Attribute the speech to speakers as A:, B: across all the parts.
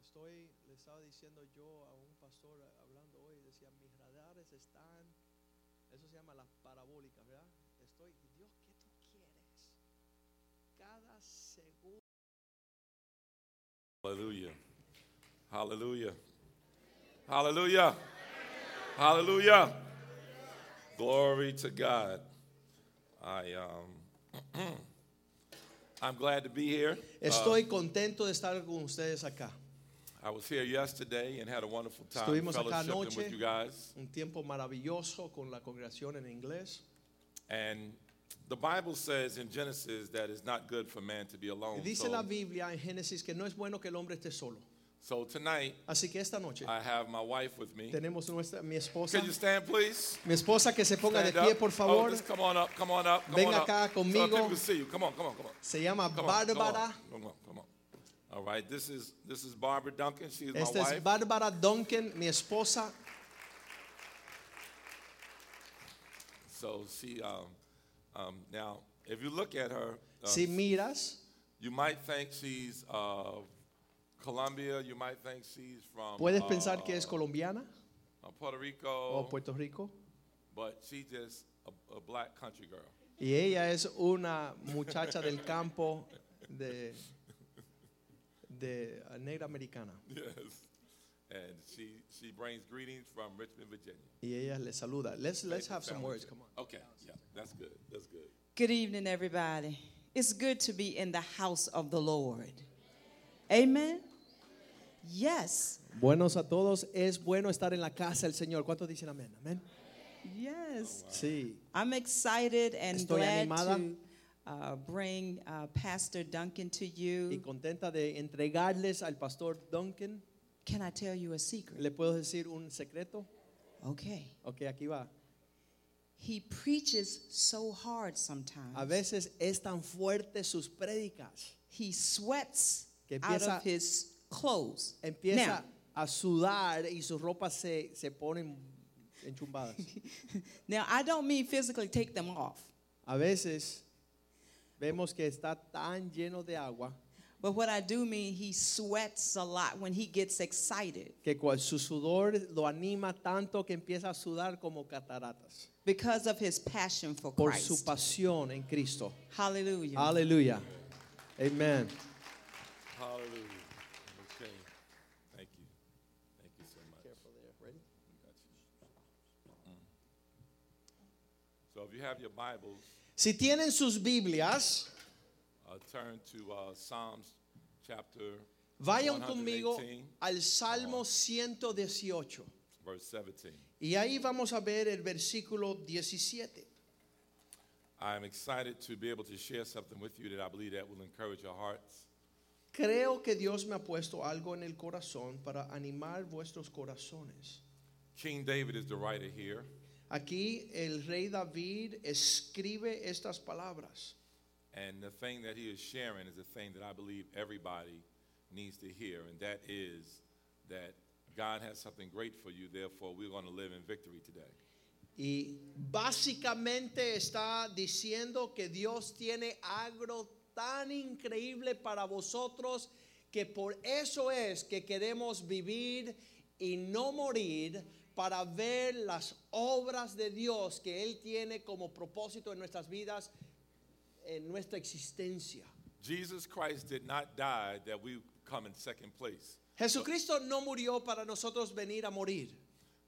A: estoy, le estaba diciendo yo a un pastor a- hablando hoy, decía, mis radares están, eso se llama las parabólicas, ¿verdad? Estoy, Dios, ¿qué tú quieres? Cada segundo.
B: Hallelujah. Hallelujah. Hallelujah. Hallelujah. Glory to God. I um I'm glad to be here. Ah.
A: Estoy contento de estar con ustedes acá.
B: I was here yesterday and had a wonderful time
A: Estuvimos acá
B: fellowshipping
A: anoche.
B: with you guys.
A: Un tiempo maravilloso con la congregación en inglés.
B: And the Bible says in Genesis that it's not good for man to be alone.
A: Dice
B: So,
A: la Biblia en Génesis que no es bueno que el hombre esté solo.
B: so tonight
A: Así que esta noche
B: I have my wife with me.
A: tenemos nuestra mi esposa,
B: Could you stand please?
A: mi esposa que se ponga de
B: Stand
A: pie
B: up.
A: por
B: Oh,
A: favor.
B: just come on up, come on up, come
A: Ven
B: on up.
A: acá
B: So that people
A: conmigo.
B: can see you. Come on, come on, come on.
A: Se llama
B: Come on, come on,
A: Bárbara.
B: Come on, come on. All right, this is this is Barbara Duncan. She's my
A: Esta Este es
B: wife.
A: Bárbara Duncan, mi esposa.
B: so she um, um, now, if you look at her, uh,
A: Si miras,
B: you might think she's uh, Colombia. You might think she's from
A: puedes
B: uh,
A: pensar Oh, que es colombiana
B: uh, Puerto Rico,
A: o Puerto Rico.
B: but she just a, a black country girl.
A: Y ella es una muchacha del campo de, de negra americana.
B: Yes, and she she brings greetings from Richmond, Virginia.
A: Y ella le saluda. Let's, let's have some words, come on.
B: Okay, yeah, that's good. That's good.
C: Good evening, everybody. It's good to be in the house of the Lord. Amen. Yes.
A: Buenos a todos. Es bueno estar en la casa del Señor. ¿Cuántos dicen amén? Amén.
C: Yes.
A: Sí.
C: I'm excited and
A: Estoy
C: glad
A: animada.
C: to uh, bring uh, Pastor Duncan to you.
A: Y contenta de entregarles al pastor Duncan.
C: Can I tell you a secret?
A: ¿Le puedo decir un secreto?
C: Okay.
A: Ok, aquí va.
C: He preaches so hard
A: A
C: sometimes.
A: veces es tan fuerte sus prédicas.
C: He sweats
A: Que
C: out
A: empieza-
C: of his clothes.
A: Empieza
C: Now,
A: a sudar y sus ropas se, se ponen enchumbadas.
C: now, I don't mean physically take them off.
A: A veces vemos que está tan lleno de agua
C: But what I do mean, he sweats a lot when he gets excited
A: que cual- su sudor lo anima tanto que empieza a sudar como cataratas.
C: because of his passion for
A: Por
C: Christ.
A: su pasión en Cristo.
C: Hallelujah.
A: Aleluya. Amén.
B: Hallelujah. Okay. Thank you. Thank you so much. Mm. So if you have your Bibles,
A: Si tienen sus Biblias,
B: uh, turn to uh, Psalms chapter
A: vayan conmigo
B: 118,
A: al Salmo 118.
B: verse 17.
A: Y ahí vamos a ver el versículo 17.
B: I'm excited to be able to share something with you that I believe that will encourage your hearts.
A: Creo que Dios me ha puesto algo en el corazón para animar vuestros corazones.
B: King David is the writer here,
A: Aquí el rey David escribe estas palabras.
B: and the thing that he is sharing is a thing that I believe everybody needs to hear, and that is that God has something great for you, therefore we're going to live in victory today.
A: Y básicamente está diciendo que Dios tiene algo tan increíble para vosotros que por eso es que queremos vivir y no morir para ver las obras de Dios que Él tiene como propósito en nuestras vidas, en nuestra existencia.
B: Jesus Christ did not die that we come in second place,
A: Jesucristo no murió para nosotros venir a morir,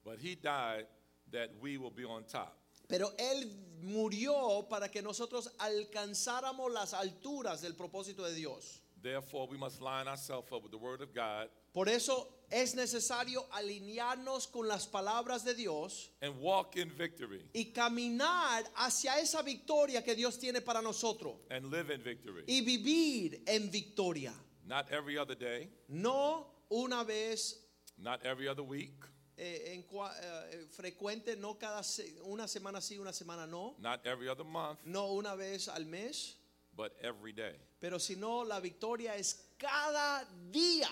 B: but he died that we will be on top.
A: pero Él murió para que nosotros alcanzáramos las alturas del propósito de Dios.
B: Therefore, we must line ourselves up with the Word of God
A: Por eso es necesario alinearnos con las palabras de Dios
B: and walk in victory
A: y caminar hacia esa victoria que Dios tiene para nosotros
B: and live in victory.
A: y vivir en victoria.
B: Not every other day,
A: No una vez
B: not every other week,
A: eh, en cua- eh, frecuente, no cada se- una semana sí, una semana no,
B: not every other month,
A: no una vez al mes,
B: but every day.
A: pero si no la victoria es cada día.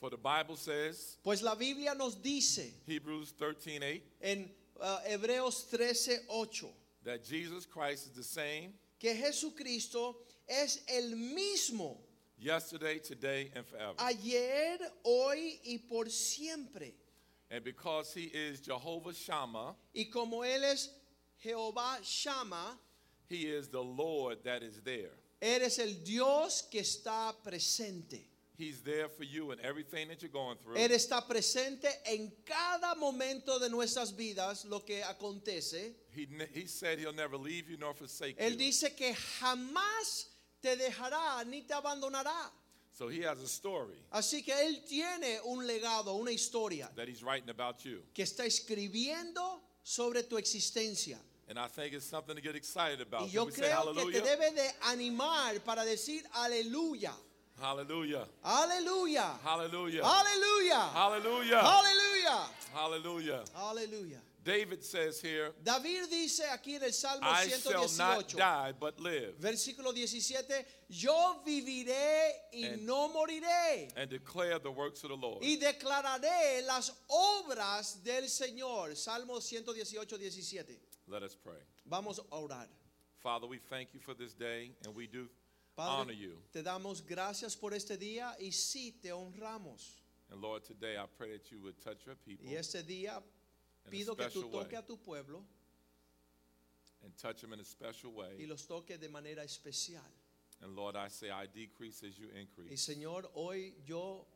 B: For the Bible says,
A: Pues la Biblia nos dice
B: Hebrews 13 8,
A: en ah, Hebreos 13, 8.
B: that Jesus Christ is the same
A: que Jesucristo es el mismo
B: yesterday, today, and forever.
A: ayer, hoy y por siempre.
B: and because He is Jehovah Shammah,
A: Y como Él es Jehová Shama,
B: He is the Lord that is there.
A: eres el Dios que está presente.
B: He's there for you in everything that you're going through.
A: Él está presente en cada momento de nuestras vidas, lo que acontece.
B: He, ne- he said He'll never leave you nor forsake
A: Él
B: you.
A: dice que jamás te dejará ni te abandonará.
B: So He has a story
A: Así que Él tiene un legado, una historia
B: that He's writing about you.
A: que está escribiendo sobre tu existencia.
B: And I think it's something to get excited about.
A: Y
B: Can
A: yo
B: we say
A: creo que
B: hallelujah?
A: te debe de animar para decir aleluya,
B: Hallelujah.
A: aleluya,
B: Hallelujah.
A: aleluya,
B: Hallelujah.
A: aleluya,
B: Hallelujah.
A: aleluya.
B: David says here,
A: David dice aquí en el Salmo
B: I shall not
A: 118,
B: die but live
A: versículo 17, yo viviré y
B: And-
A: no moriré
B: and declare the works of the Lord.
A: y declararé las obras del Señor. Salmo 118, 17.
B: Let us pray.
A: Vamos a orar.
B: Father, we thank you for this day and we do honor
A: Padre,
B: you.
A: te damos gracias por este día y sí te honramos.
B: And Lord, today I pray that you would touch your people
A: Y este día
B: Oh. a
A: pido que tú
B: special way.
A: toque a tu pueblo
B: and touch them in a special
A: y
B: way.
A: los toques de manera especial.
B: And Lord, I say I decrease as you
A: Y
B: increase.
A: Señor, hoy yo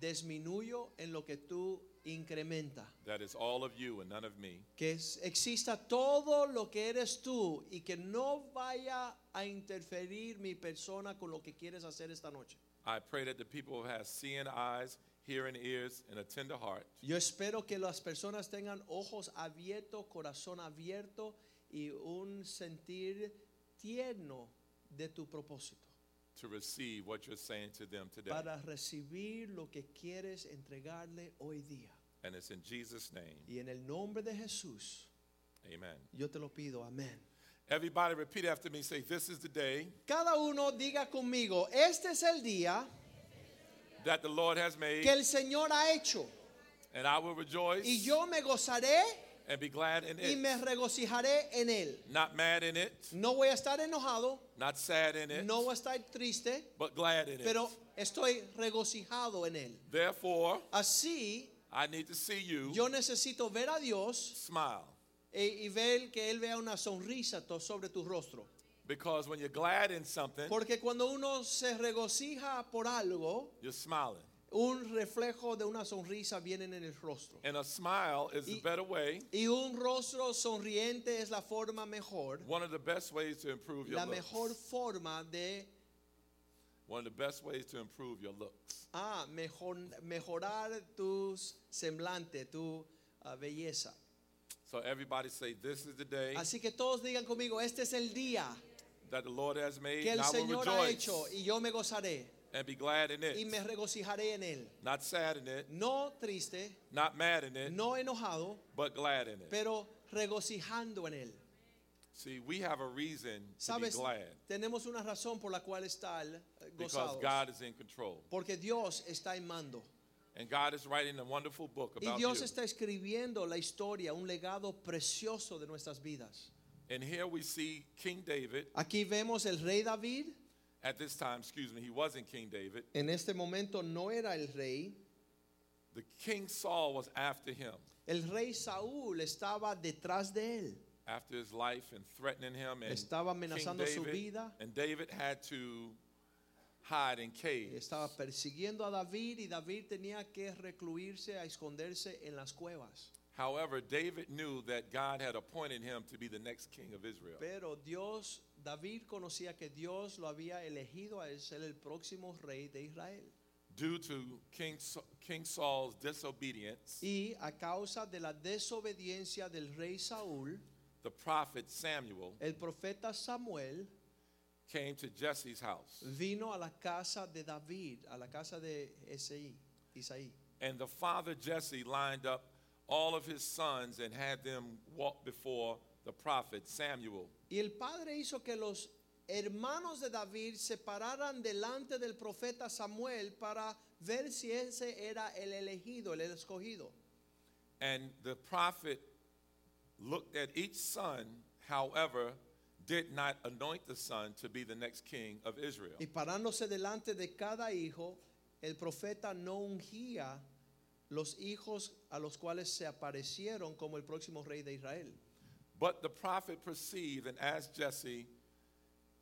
A: disminuyo en lo que tú incrementa.
B: That is all of you and none of me.
A: Que es- exista todo lo que eres tú y que no vaya a interferir mi persona con lo que quieres hacer esta noche.
B: I pray that the people who have seeing eyes, hearing ears, and a tender heart
A: Yo espero que las personas tengan ojos abiertos, corazón abierto y un sentir tierno de tu propósito
B: to receive what you're saying to them today.
A: para recibir lo que quieres entregarle hoy día.
B: And it's in Jesus' name.
A: Y en el nombre de Jesús,
B: Amen.
A: yo te lo pido, amén.
B: Everybody repeat after me. Say, this is the day
A: Cada uno diga conmigo, este es el día
B: that the Lord has made,
A: que el Señor ha hecho
B: and I will rejoice
A: y yo me gozaré
B: and be glad in
A: y
B: it.
A: me regocijaré en él.
B: Not mad in it,
A: No voy a estar enojado,
B: not sad in it,
A: no voy a estar triste,
B: but glad in
A: pero
B: it.
A: estoy regocijado en él.
B: Therefore,
A: Así
B: I need to see you
A: yo necesito ver a Dios
B: smile.
A: e- y, ver que Él vea una sonrisa to- sobre tu rostro.
B: Because when you're glad in something,
A: Porque cuando uno se regocija por algo,
B: you're smiling.
A: un reflejo de una sonrisa viene en el rostro.
B: And a smile is the
A: Y-
B: better way,
A: Y un rostro sonriente es la forma mejor,
B: one of the best ways to improve your
A: la
B: looks.
A: mejor forma de
B: One of the best ways to improve your looks.
A: ah, mejor- mejorar tu semblante, tu ah, belleza.
B: So everybody say, this is the day
A: Así que todos digan conmigo, este es el día
B: that the Lord has made,
A: que
B: and
A: el
B: I will
A: Señor ha
B: rejoice
A: hecho y yo me gozaré
B: and be glad in it.
A: y me regocijaré en Él.
B: Not sad in it,
A: no triste,
B: not mad in it,
A: no enojado,
B: but glad in it.
A: pero regocijando en él.
B: See, we have a reason to be
A: Sabes,
B: glad
A: tenemos una razón por la cual estar eh,
B: because
A: gozados,
B: God is in control.
A: porque Dios está en mando
B: And God is writing a wonderful book
A: y
B: about
A: Dios
B: you.
A: está escribiendo la historia, un legado precioso de nuestras vidas.
B: And here we see King David
A: Aquí vemos el rey David.
B: at this time, excuse me, he wasn't King David.
A: En este momento no era el rey.
B: The King Saul was after him,
A: El rey Saúl estaba detrás de él.
B: after his life and threatening him and
A: Estaba
B: King
A: amenazando su
B: David,
A: vida.
B: And David had to hide in caves.
A: Estaba persiguiendo a David y David tenía que recluirse a esconderse en las cuevas.
B: However, David knew that God had appointed him to be the next king of Israel.
A: Pero Dios, David conocía que Dios lo había elegido a él ser el próximo rey de Israel.
B: Due to King, Sa- King Saul's disobedience,
A: Y a causa de la desobediencia del rey Saúl,
B: the prophet Samuel
A: el profeta Samuel
B: came to Jesse's house.
A: vino a la casa de David, a la casa de Esaí, Isaí.
B: And the father Jesse lined up all of his sons and had them walk before the prophet Samuel.
A: Y el padre hizo que los hermanos de David se pararan delante del profeta Samuel para ver si ese era el elegido, el escogido.
B: And the prophet looked at each son. However, did not anoint the son to be the next king of Israel.
A: Y parándose delante de cada hijo, el profeta no ungía los hijos a los cuales se aparecieron como el próximo rey de Israel.
B: But the prophet perceived and asked Jesse,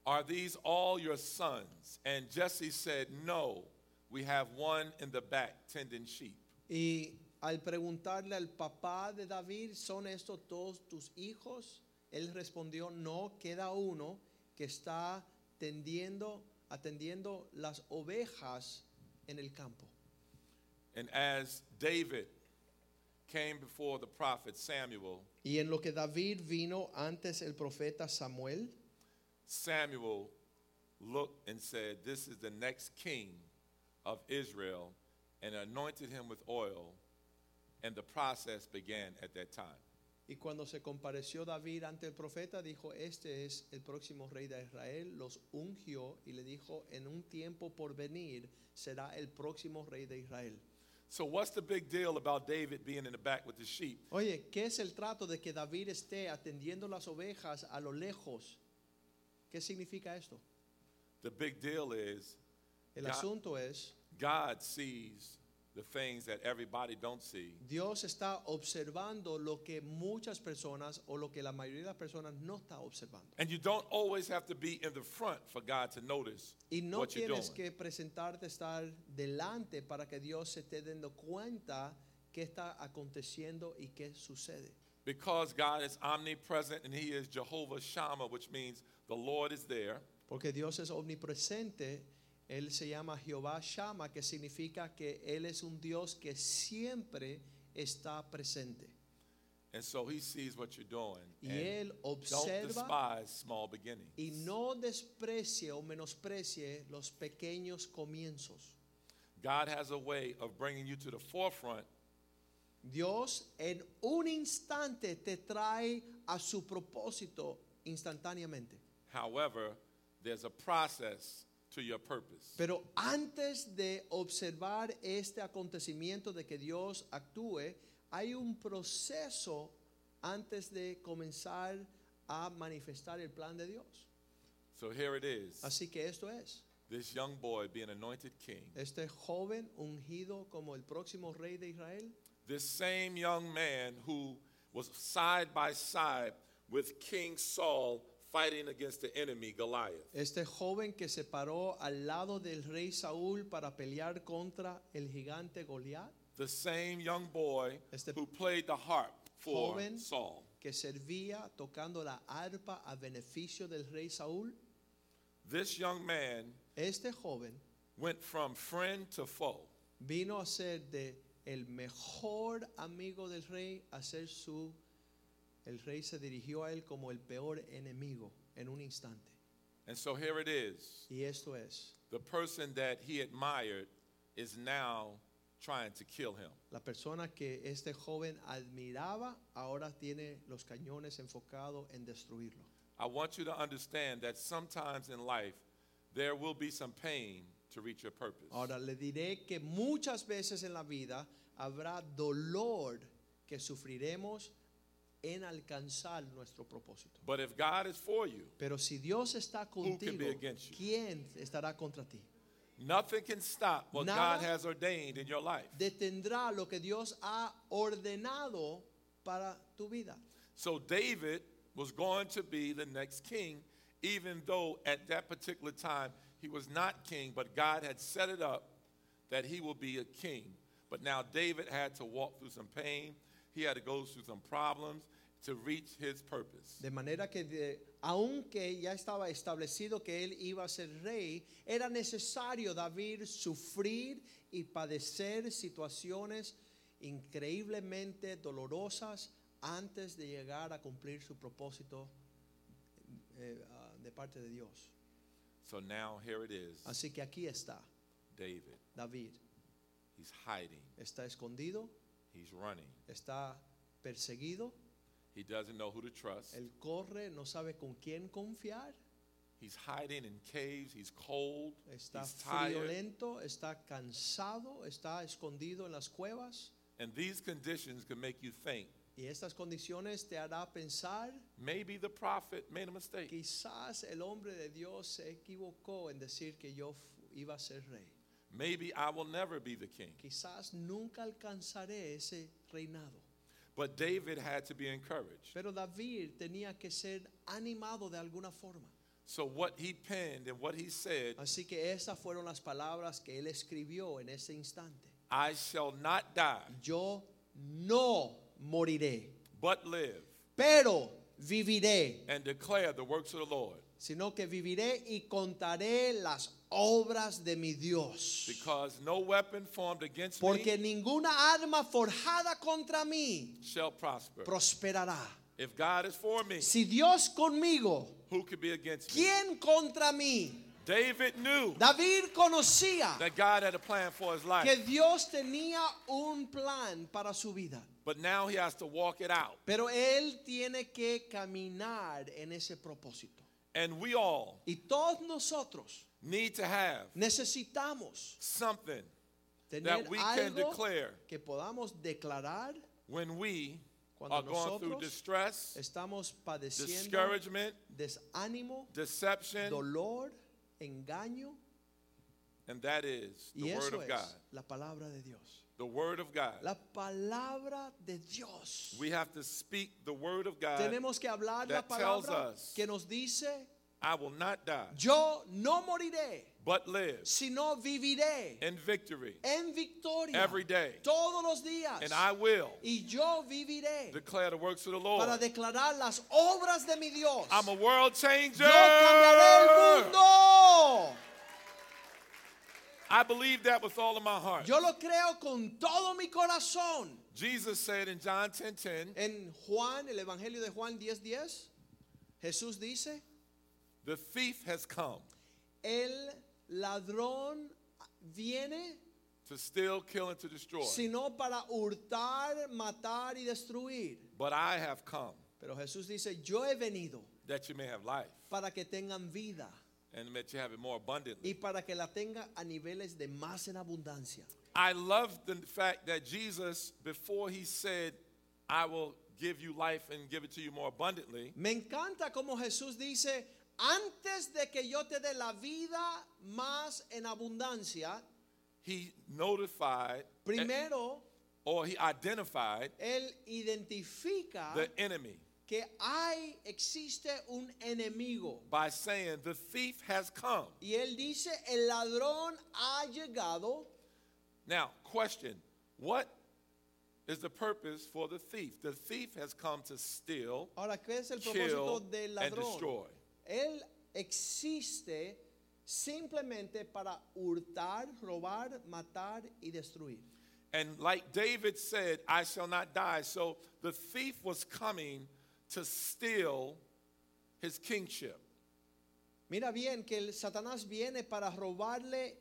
B: Are these all your sons? And Jesse said, No, we have one in the back tending sheep.
A: Y al preguntarle al papá de David, ¿son estos todos tus hijos? Él respondió, no, queda uno que está tendiendo, atendiendo las ovejas en el campo.
B: And as David came before the prophet Samuel,
A: Y en lo que David vino antes el profeta Samuel,
B: Samuel looked and said, This is the next king of Israel, and anointed him with oil. And the process began at that time.
A: y cuando se compareció David ante el profeta, dijo, este es el próximo rey de Israel, los ungió y le dijo, en un tiempo por venir será el próximo rey de Israel.
B: So, what's the big deal about David being in the back with the sheep?
A: Oye, ¿qué es el trato de que David esté atendiendo las ovejas a lo lejos? ¿Qué significa esto?
B: The big deal is
A: El
B: Ya.
A: asunto es,
B: God sees the things that everybody don't see,
A: Dios está observando lo que muchas personas o lo que la mayoría de las personas no está observando.
B: and you don't always have to be in the front for God to notice
A: Y no
B: what you're doing.
A: tienes que presentarte, estar delante para que Dios se esté dando cuenta qué está aconteciendo y qué sucede.
B: Because God is omnipresent and He is Jehovah Shammah, which means the Lord is there.
A: Porque Dios es omnipresente. Él se llama Jehová Shama, que significa que Él es un Dios que siempre está presente.
B: And so he sees what you're doing.
A: Y
B: and
A: él
B: don't
A: observa-
B: despise small beginnings.
A: Y no desprecie o menosprecie los pequeños comienzos.
B: God has a way of bringing you to the forefront
A: Dios en un instante te trae a su propósito instantáneamente.
B: However, there's a process to your purpose.
A: Pero antes de observar este acontecimiento de que Dios actúe, hay un proceso antes de comenzar a manifestar el plan de Dios.
B: So here it is.
A: Así que esto es,
B: This young boy being anointed king.
A: este joven ungido como el próximo rey de Israel,
B: This same young man who was side by side with King Saul fighting against the enemy Goliath.
A: este joven que se paró al lado del rey Saúl para pelear contra el gigante Goliat,
B: The same young boy
A: Este
B: who played the harp for
A: joven-
B: Saul.
A: que servía tocando la arpa a beneficio del rey Saúl,
B: This young man
A: este joven
B: went from friend to foe.
A: vino a ser de el mejor amigo del rey a ser su el rey se dirigió a él como el peor enemigo en un instante
B: And so here it is.
A: y esto es
B: The person that he admired is now trying to kill him.
A: la persona que este joven admiraba ahora tiene los cañones enfocados en destruirlo
B: I want you to understand that sometimes in life there will be some pain to reach your purpose.
A: ahora le diré que muchas veces en la vida habrá dolor que sufriremos en alcanzar nuestro propósito
B: But if God is for you,
A: pero si Dios está
B: can be
A: contigo
B: against you?
A: quién estará contra ti
B: nothing can stop what
A: Nada-
B: God has ordained in your life.
A: detendrá lo que Dios ha ordenado para tu vida.
B: So David was going to be the next king, even though at that particular time he was not king, but God had set it up that he will be a king. But now David had to walk through some pain, he had to go through some problems to reach his purpose.
A: De manera que de- aunque ya estaba establecido que él iba a ser rey, era necesario David sufrir y padecer situaciones increíblemente dolorosas antes de llegar a cumplir su propósito eh, ah, de parte de Dios.
B: So now here it is
A: Así que aquí está
B: David.
A: David.
B: He's hiding.
A: Está escondido,
B: He's running.
A: está perseguido.
B: He doesn't know who to trust.
A: Él corre, no sabe con quién confiar,
B: He's hiding in caves. He's cold.
A: está
B: He's tired.
A: friolento, está cansado, está escondido en las cuevas.
B: And these conditions can make you think
A: Y estas condiciones te hará pensar,
B: Maybe the prophet made a mistake.
A: quizás el hombre de Dios se equivocó en decir que yo fu- iba a ser rey.
B: Maybe I will never be the king.
A: Quizás nunca alcanzaré ese reinado.
B: But David had to be encouraged.
A: Pero David tenía que ser animado de alguna forma.
B: So what he penned and what he said,
A: Así que esas fueron las palabras que él escribió en ese instante.
B: I shall not die,
A: Yo no moriré,
B: but live
A: pero viviré,
B: and declare the works of the Lord,
A: sino que viviré y contaré las obras de mi Dios.
B: because no weapon formed against
A: Porque
B: me
A: ninguna arma forjada contra mí
B: shall prosper.
A: prosperará.
B: If God is for me,
A: Si Dios conmigo,
B: who could be against me?
A: ¿quién contra mí?
B: David knew
A: David conocía
B: that God had a plan for his
A: que
B: life,
A: Dios tenía un plan para su vida,
B: but now he has to walk it out.
A: pero él tiene que caminar en ese propósito.
B: And we all
A: Y todos nosotros
B: need to have
A: necesitamos
B: something
A: tener
B: that we can
A: algo
B: declare
A: que podamos declarar
B: when we
A: Cuando
B: are going through
A: nosotros
B: distress,
A: estamos padeciendo
B: discouragement,
A: desánimo,
B: deception,
A: dolor, engaño
B: and that is
A: y
B: the word
A: eso
B: of
A: es
B: God.
A: la palabra de Dios.
B: The word of God.
A: La palabra de Dios.
B: We have to speak the word of God.
A: Tenemos que hablar la
B: that tells
A: palabra
B: us-
A: que nos dice
B: I will not die,
A: Yo no moriré,
B: but live
A: sino viviré
B: in victory
A: en victoria
B: Every day.
A: todos los días.
B: and I will
A: y yo viviré
B: declare the works of the
A: para
B: Lord.
A: declarar las obras de mi Dios.
B: I'm a world changer.
A: yo cambiaré el mundo.
B: I believe that with all of my heart.
A: Yo lo creo con todo mi corazón.
B: Jesus said in John 10 10,
A: En Juan, el Evangelio de Juan 10:10, Jesús dice,
B: the thief has come
A: el ladrón viene
B: to steal, kill, and to destroy.
A: sino para hurtar, matar y destruir.
B: But I have come
A: Pero Jesús dice, yo he venido
B: that you may have life
A: para que tengan vida
B: and that you have it more abundantly.
A: y para que la tengan a niveles de más en abundancia.
B: I love the fact that Jesus, before he said, I will give you life and give it to you more abundantly,
A: Me encanta como Jesús dice, antes de que yo te dé la vida más en abundancia,
B: he notified
A: primero
B: or he identified
A: él identifica
B: the enemy
A: que hay existe un enemigo
B: by saying, The thief has come.
A: y él dice el ladrón ha llegado.
B: Now, question What is the purpose for the thief? The thief has come to steal,
A: Ahora, ¿qué es el propósito
B: kill,
A: del
B: and
A: ladrón?
B: destroy.
A: Él existe simplemente para hurtar, robar, matar y destruir.
B: And like David said, I shall not die. So the thief was coming to steal his kingship.
A: Mira bien que el Satanás viene para robarle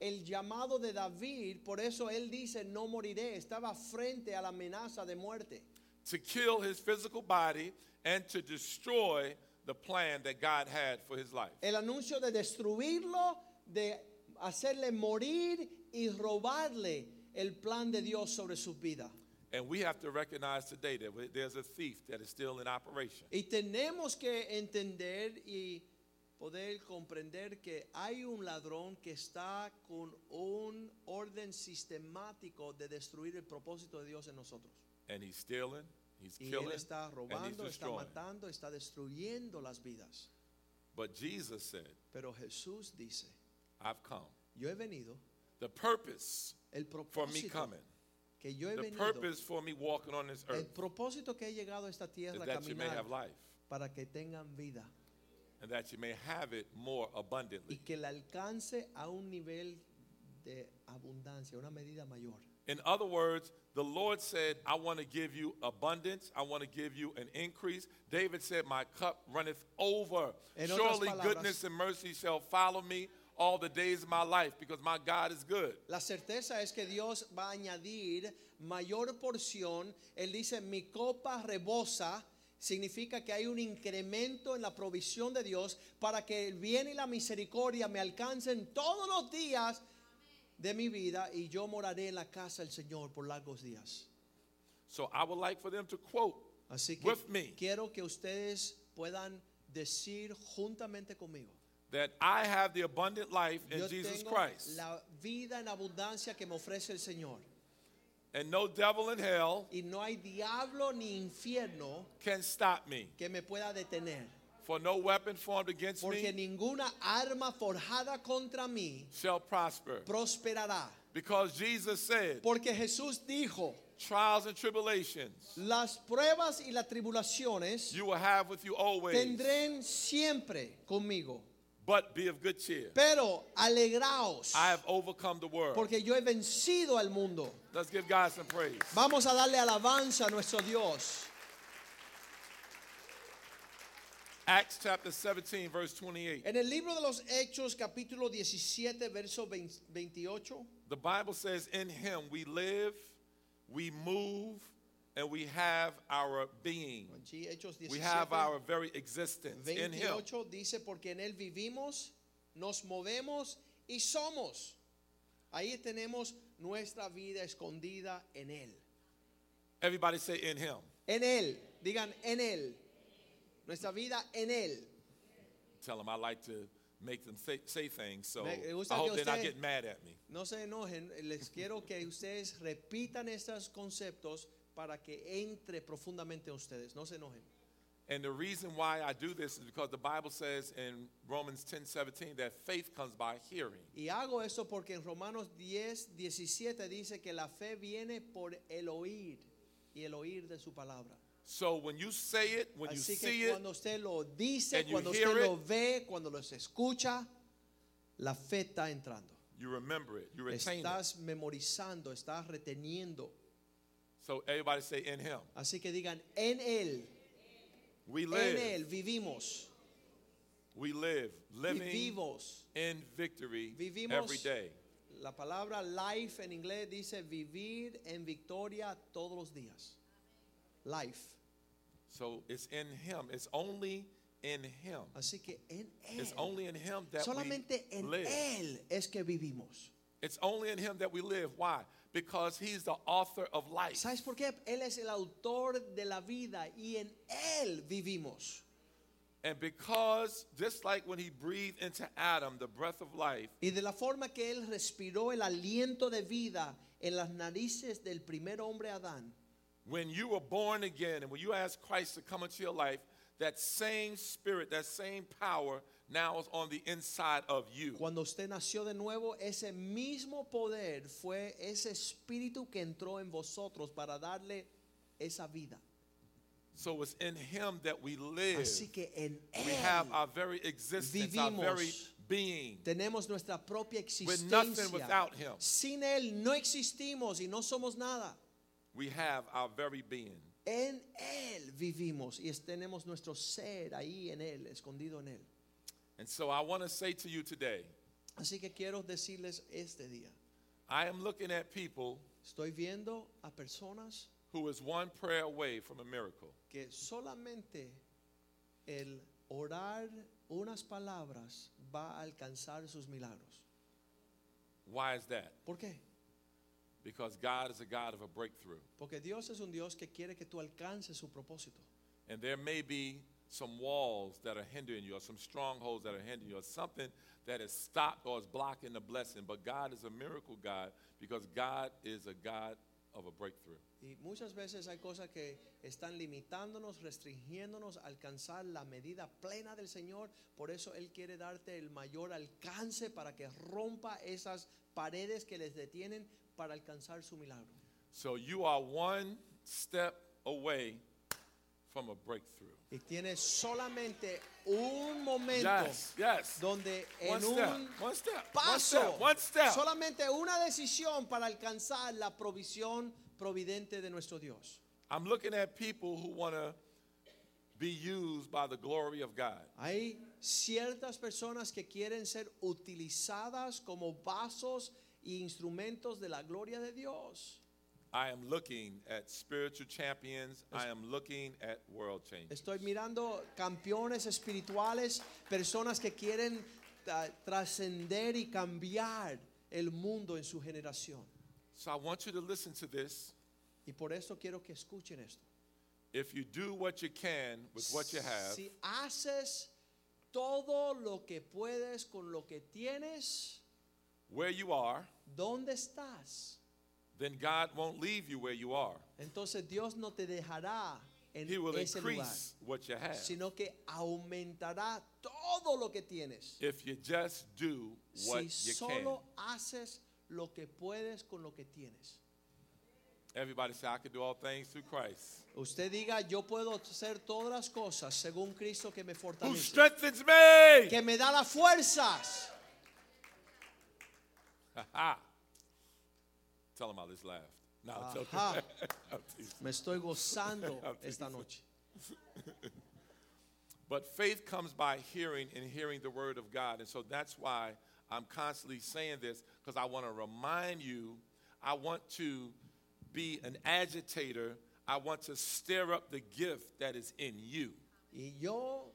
A: el llamado de David, por eso él dice, no moriré, estaba frente a la amenaza de muerte.
B: to kill his physical body and to destroy the plan that God had for his life.
A: El anuncio de destruirlo, de hacerle morir y robarle el plan de Dios sobre su vida.
B: And we have to recognize today that we- there's a thief that is still in operation.
A: Y tenemos que entender y poder comprender que hay un ladrón que está con un orden sistemático de destruir el propósito de Dios en nosotros.
B: And he's stealing, he's
A: Y
B: killing,
A: él está
B: and he's
A: robando, está
B: destroying.
A: matando, está destruyendo las vidas.
B: But Jesus said,
A: Pero Jesús dice,
B: I've come.
A: yo he venido,
B: The purpose
A: el
B: for me
A: propósito
B: coming,
A: que yo he
B: the
A: venido,
B: purpose for me walking on this
A: el
B: earth,
A: propósito que he llegado a esta
B: is
A: tierra a
B: that you may have
A: caminar
B: life
A: para que tengan vida
B: and that you may have it more
A: y
B: abundantly.
A: que la alcance a un nivel de abundancia, una medida mayor.
B: In other words, the Lord said, I want to give you abundance. I want to give you an increase. David said, My cup runneth over.
A: En otras
B: Surely
A: palabras-
B: goodness and mercy shall follow me all the days of my life because my God is good.
A: La certeza es que Dios va a añadir mayor porción. Él dice, mi copa rebosa. Significa que hay un incremento en la provisión de Dios para que el bien y la misericordia me alcancen todos los días de mi vida y yo moraré en la casa del Señor por largos días.
B: So I would like for them to quote
A: Así que
B: with me
A: quiero que ustedes puedan decir juntamente conmigo.
B: that I have the abundant life in
A: Yo
B: Jesus
A: tengo
B: Christ.
A: la vida en abundancia que me ofrece el Señor.
B: And no devil in hell
A: Y no hay diablo ni infierno
B: can stop me.
A: que me pueda detener.
B: For no weapon formed against
A: Porque
B: me
A: ninguna arma forjada contra mí
B: shall prosper.
A: prosperará.
B: Because Jesus said,
A: Porque Jesús dijo,
B: trials and tribulations
A: las pruebas y las tribulaciones
B: you will have with you always,
A: tendrán siempre conmigo.
B: but be of good cheer.
A: Pero alegraos,
B: I have overcome the world.
A: porque yo he vencido al mundo.
B: Let's give God some praise.
A: Vamos a darle alabanza a nuestro Dios.
B: Acts chapter 17, verse 28.
A: En el libro de los Hechos, capítulo 17, verso 20 28,
B: The Bible says, In him we live, we move, and we have our being.
A: allí, Hechos
B: We have
A: 17,
B: our very existence in him.
A: 28, dice, porque en él vivimos, nos movemos y somos. Ahí tenemos nuestra vida escondida en él.
B: Everybody say, In him.
A: En él, digan en él. Nuestra vida en él.
B: Tell them I like to make them say, say things, so
A: Me gusta
B: I
A: que
B: hope they're not
A: usted-
B: getting mad at me.
A: No se enojen, les quiero que ustedes repitan estos conceptos para que entre profundamente en ustedes. No se enojen.
B: And the reason why I do this is because the Bible says in Romans 10 17 that faith comes by hearing.
A: Y hago esto porque en Romanos 10, 17 dice que la fe viene por el oír y el oír de su palabra.
B: So when you say it, when you
A: Así
B: see
A: que
B: it,
A: cuando usted lo dice,
B: and you
A: cuando
B: hear
A: usted lo
B: it,
A: ve, cuando los escucha, la fe está entrando.
B: you remember it, you retain it.
A: Estás memorizando, estás reteniendo.
B: So everybody say, In him.
A: Así que digan, en Él,
B: We
A: en
B: live.
A: Él vivimos,
B: We live. Living
A: vivimos.
B: in victory
A: Vivimos
B: every day.
A: La palabra life en inglés dice vivir en victoria todos los días. Life.
B: So it's in Him. It's only in Him.
A: Así que en Él.
B: It's only in Him that
A: Solamente
B: we
A: en
B: live.
A: Él es que vivimos.
B: It's only in Him that we live. Why? Because He's the author of life.
A: ¿Sabes por qué? Él es el autor de la vida y en Él vivimos.
B: And because, just like when He breathed into Adam the breath of life,
A: Y de la forma que Él respiró el aliento de vida en las narices del primer hombre Adán.
B: when you were born again and when you asked Christ to come into your life, that same spirit, that same power now is on the inside of you.
A: Cuando usted nació de nuevo, ese mismo poder fue ese espíritu que entró en vosotros para darle esa vida.
B: So it's in Him that we live.
A: Así que en
B: We have
A: Él
B: our very existence, our very
A: Vivimos.
B: being.
A: tenemos nuestra propia
B: We're nothing
A: existencia.
B: without Him.
A: Sin Él no existimos y no somos nada.
B: We have our very being.
A: En Él vivimos y es- tenemos nuestro ser ahí en Él, escondido en Él.
B: And so I want to say to you today
A: Así que quiero decirles este día,
B: I am looking at people
A: estoy viendo a personas
B: who is one prayer away from a miracle.
A: que solamente el orar unas palabras va a alcanzar sus milagros.
B: Why is that?
A: ¿Por qué?
B: Because God is a God of a breakthrough.
A: Porque Dios es un Dios que quiere que tú alcances su propósito.
B: And there may be some walls that are hindering you, or some strongholds that are hindering you, or something that is stopped or is blocking the blessing. But God is a miracle God because God is a God of a breakthrough.
A: Y muchas veces hay cosas que están limitándonos, restringiéndonos a alcanzar la medida plena del Señor. Por eso Él quiere darte el mayor alcance para que rompa esas paredes que les detienen para alcanzar su milagro.
B: So you are one step away from a breakthrough.
A: Y tienes solamente un momento
B: Yes, yes.
A: donde en
B: One step,
A: un
B: one step, one
A: paso,
B: step, one step.
A: solamente una decisión para alcanzar la provisión providente de nuestro Dios.
B: I'm looking at people who want to be used by the glory of God.
A: Hay ciertas personas que quieren ser utilizadas como vasos e instrumentos de la gloria de Dios.
B: I am looking at spiritual champions. I am looking at world change.
A: Estoy mirando campeones espirituales, personas que quieren ah, trascender y cambiar el mundo en su generación.
B: So I want you to listen to this
A: Y por eso quiero que escuchen esto.
B: If you do what you can with what you have,
A: Si haces todo lo que puedes con lo que tienes,
B: where you are,
A: ¿dónde estás?
B: then God won't leave you where you are.
A: Entonces Dios no te dejará en
B: He will
A: ese lugar,
B: increase what you have
A: sino que aumentará todo lo que tienes.
B: if you just do what
A: Si
B: you can.
A: solo haces lo que puedes con lo que tienes.
B: Everybody say, I can do all things through Christ.
A: Usted diga, yo puedo hacer todas las cosas según Cristo que me
B: Who
A: fortalece,
B: strengthens me?
A: que me da las fuerzas.
B: Ha-ha. Tell him I just laughed. No,
A: Ah,
B: I'm joking.
A: Ajá.
B: I'm teasing.
A: Me estoy gozando esta noche.
B: But faith comes by hearing and hearing the word of God. And so that's why I'm constantly saying this because I want to remind you, I want to be an agitator. I want to stir up the gift that is in you.
A: Y yo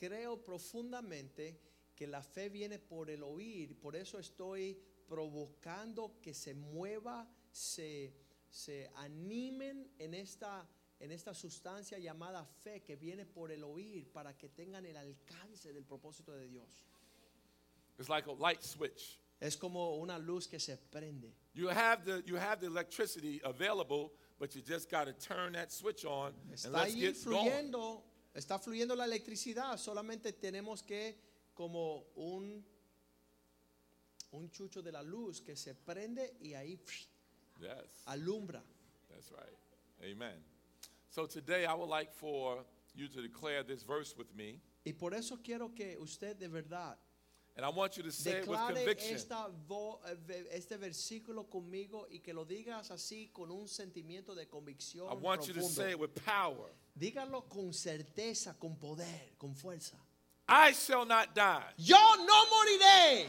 A: creo profundamente que la fe viene por el oír, por eso estoy provocando que se mueva, se, se animen en esta, en esta sustancia llamada fe que viene por el oír para que tengan el alcance del propósito de Dios.
B: It's like a light switch.
A: Es como una luz que se prende.
B: You have the, you have the electricity available, but you just got to turn that switch on and
A: Está
B: let's
A: ahí
B: get going.
A: fluyendo, está fluyendo la electricidad, solamente tenemos que como un un chucho de la luz que se prende y ahí psh,
B: Yes.
A: alumbra.
B: That's right. Amen. So today I would like for you to declare this verse with me.
A: Y por eso quiero que usted de verdad
B: And I want you to say it with
A: declare
B: conviction.
A: esta vo- eh, ve- este versículo conmigo y que lo digas así con un sentimiento de convicción
B: I want you to
A: profundo.
B: say it with power.
A: Dígalo con certeza, con poder, con fuerza.
B: I shall not die,
A: Yo no moriré,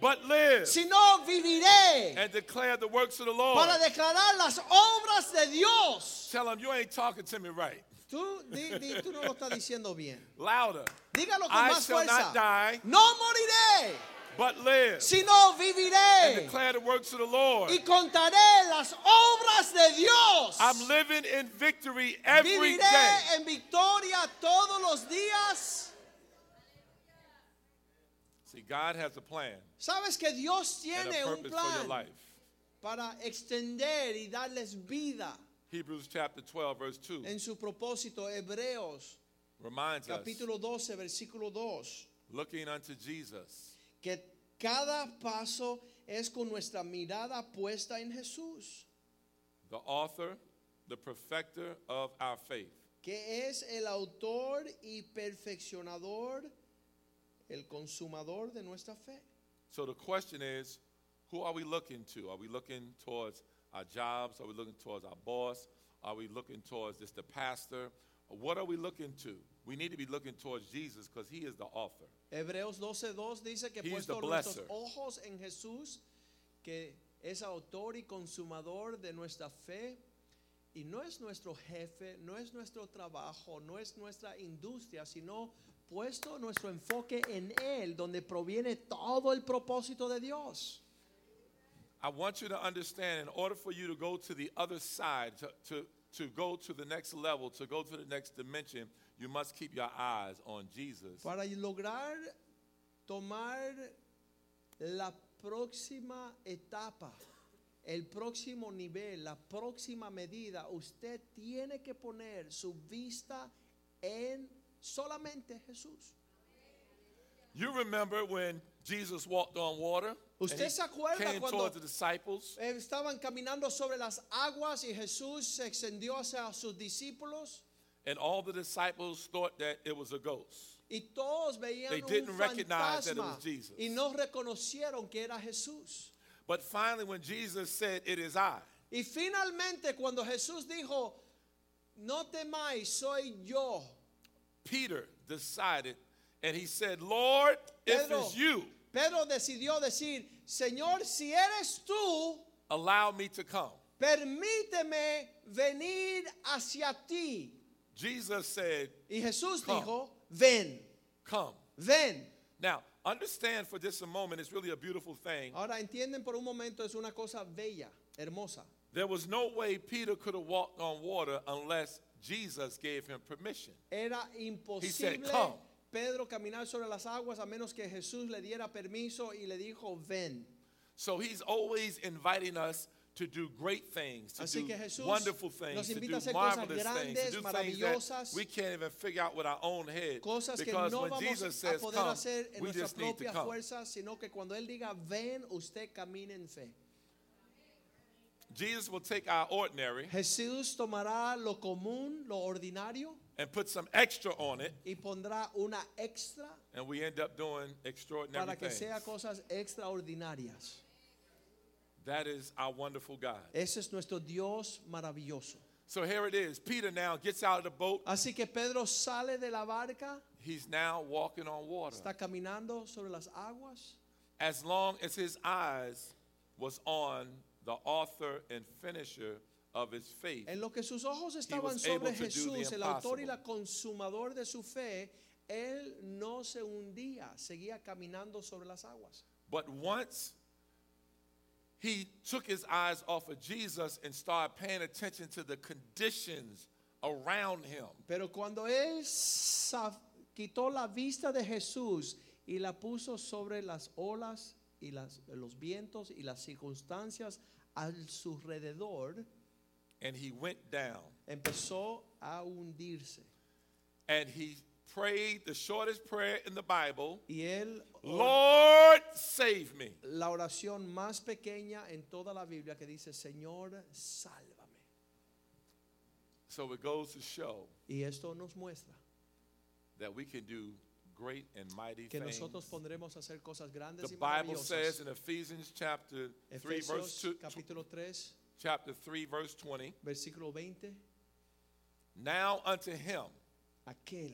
B: but live
A: sino viviré.
B: and declare the works of the Lord.
A: para declarar las obras de Dios.
B: Tell him you ain't talking to me right.
A: Tú, di- di- tú no lo estás diciendo bien.
B: Louder.
A: Dígalo con
B: I
A: más
B: shall
A: fuerza.
B: not die,
A: No moriré,
B: but live
A: sino
B: and
A: viviré
B: declare the works of the Lord.
A: y contaré las obras de Dios.
B: I'm living in victory every
A: viviré
B: day.
A: en victoria todos los días.
B: See, God has a plan
A: Sabes que Dios
B: and
A: tiene
B: a
A: un
B: purpose for your
A: plan
B: life.
A: para extender y darles vida
B: Hebrews chapter 12, verse 2
A: en su propósito. Hebreos
B: reminds us
A: capítulo 12, versículo 2.
B: looking unto Jesus,
A: que cada paso es con nuestra mirada puesta en Jesús,
B: the author, the perfecter of our faith.
A: que es el autor y perfeccionador, el consumador de nuestra fe.
B: So the question is, who are we looking to? Are we looking towards our jobs? Are we looking towards our boss? Are we looking towards just the pastor? What are we looking to? We need to be looking towards Jesus because he is the author.
A: Hebreos 12:2 dice que
B: He is
A: puesto
B: the
A: nuestros
B: blesser.
A: ojos en Jesús, que es autor y consumador de nuestra fe, y no es nuestro jefe, no es nuestro trabajo, no es nuestra industria, sino puesto nuestro enfoque en Él, donde proviene todo el propósito de Dios.
B: I want you to understand in order for you to go to the other side, to, to, to go to the next level, to go to the next dimension, you must keep your eyes on Jesus.
A: Para lograr tomar la próxima etapa, el próximo nivel, la próxima medida, usted tiene que poner su vista en solamente Jesús.
B: You remember when Jesus walked on water? and
A: ¿Usted
B: he
A: se acuerda
B: came
A: cuando-
B: towards the disciples.
A: Eh, Estaban caminando sobre las aguas y Jesús se extendió hacia sus discípulos
B: And all the disciples thought that it was a ghost.
A: y todos veían
B: They
A: un
B: didn't recognize that it
A: fantasma
B: was Jesus.
A: y no reconocieron que era Jesús.
B: But finally, when Jesus said, It is I,
A: Y finalmente cuando Jesús dijo, no temáis, soy yo,
B: Peter decided and he said, Lord, if
A: Pedro.
B: it's you,
A: Pedro decidió decir, Señor, si eres tú,
B: allow me to come.
A: permíteme venir hacia ti.
B: Jesus said,
A: Y Jesús
B: Come.
A: dijo, ven,
B: Come.
A: ven.
B: Now, understand
A: Uh.
B: for just a moment, it's really a beautiful thing.
A: Ahora entienden por un momento, es una cosa bella, hermosa.
B: There was no way Peter could have walked on water unless Jesus gave him permission.
A: Era imposible
B: "Come."
A: Pedro caminar sobre las aguas a menos que Jesús le diera permiso y le dijo, ven.
B: So he's always inviting us to do great things, to
A: Así
B: do
A: que Jesús
B: wonderful
A: nos
B: things, to
A: invita a
B: do
A: hacer cosas
B: marvelous things, to do
A: grandes,
B: things that
A: maravillosas,
B: we can't even figure out with our own head.
A: Cosas que
B: because
A: no
B: when
A: vamos
B: Jesus
A: a
B: says
A: poder
B: come,
A: hacer en
B: we
A: nuestra
B: just need to
A: propia
B: come.
A: fuerza, sino que cuando Él diga, ven, usted camine en fe.
B: Jesus will take our ordinary
A: Jesús tomará lo común, lo ordinario,
B: and put some extra on it,
A: y pondrá una extra
B: and we end up doing extraordinary
A: para que
B: things.
A: sea cosas extraordinarias.
B: That is our wonderful God.
A: Ese es nuestro Dios maravilloso.
B: So here it is. Peter now gets out of the boat.
A: Así que Pedro sale de la barca,
B: He's now walking on water.
A: está caminando sobre las aguas.
B: As long as his eyes was on the author and finisher of his faith,
A: En lo que sus ojos
B: was
A: estaban sobre
B: able to do the
A: Jesús, el autor y la
B: impossible.
A: consumador de su fe, él no se hundía, seguía caminando sobre las aguas.
B: But once he took his eyes off of Jesus and started paying attention to the conditions around him,
A: Pero cuando él sa- quitó la vista de Jesús y la puso sobre las olas y las- los vientos y las circunstancias a su alrededor,
B: and he went down
A: empezó a hundirse.
B: and he prayed the shortest prayer in the Bible
A: Y él,
B: Lord, save me.
A: la oración más pequeña en toda la Biblia que dice, Señor, sálvame.
B: So it goes to show
A: Y esto nos muestra
B: that we can do great and mighty
A: que
B: things.
A: nosotros pondremos a hacer cosas grandes
B: The
A: y
B: Bible says
A: maravillosas.
B: in Ephesians chapter 3 verse
A: Efesios
B: 2
A: capítulo 3,
B: chapter 3 verse 20
A: versículo 20,
B: now unto him
A: aquel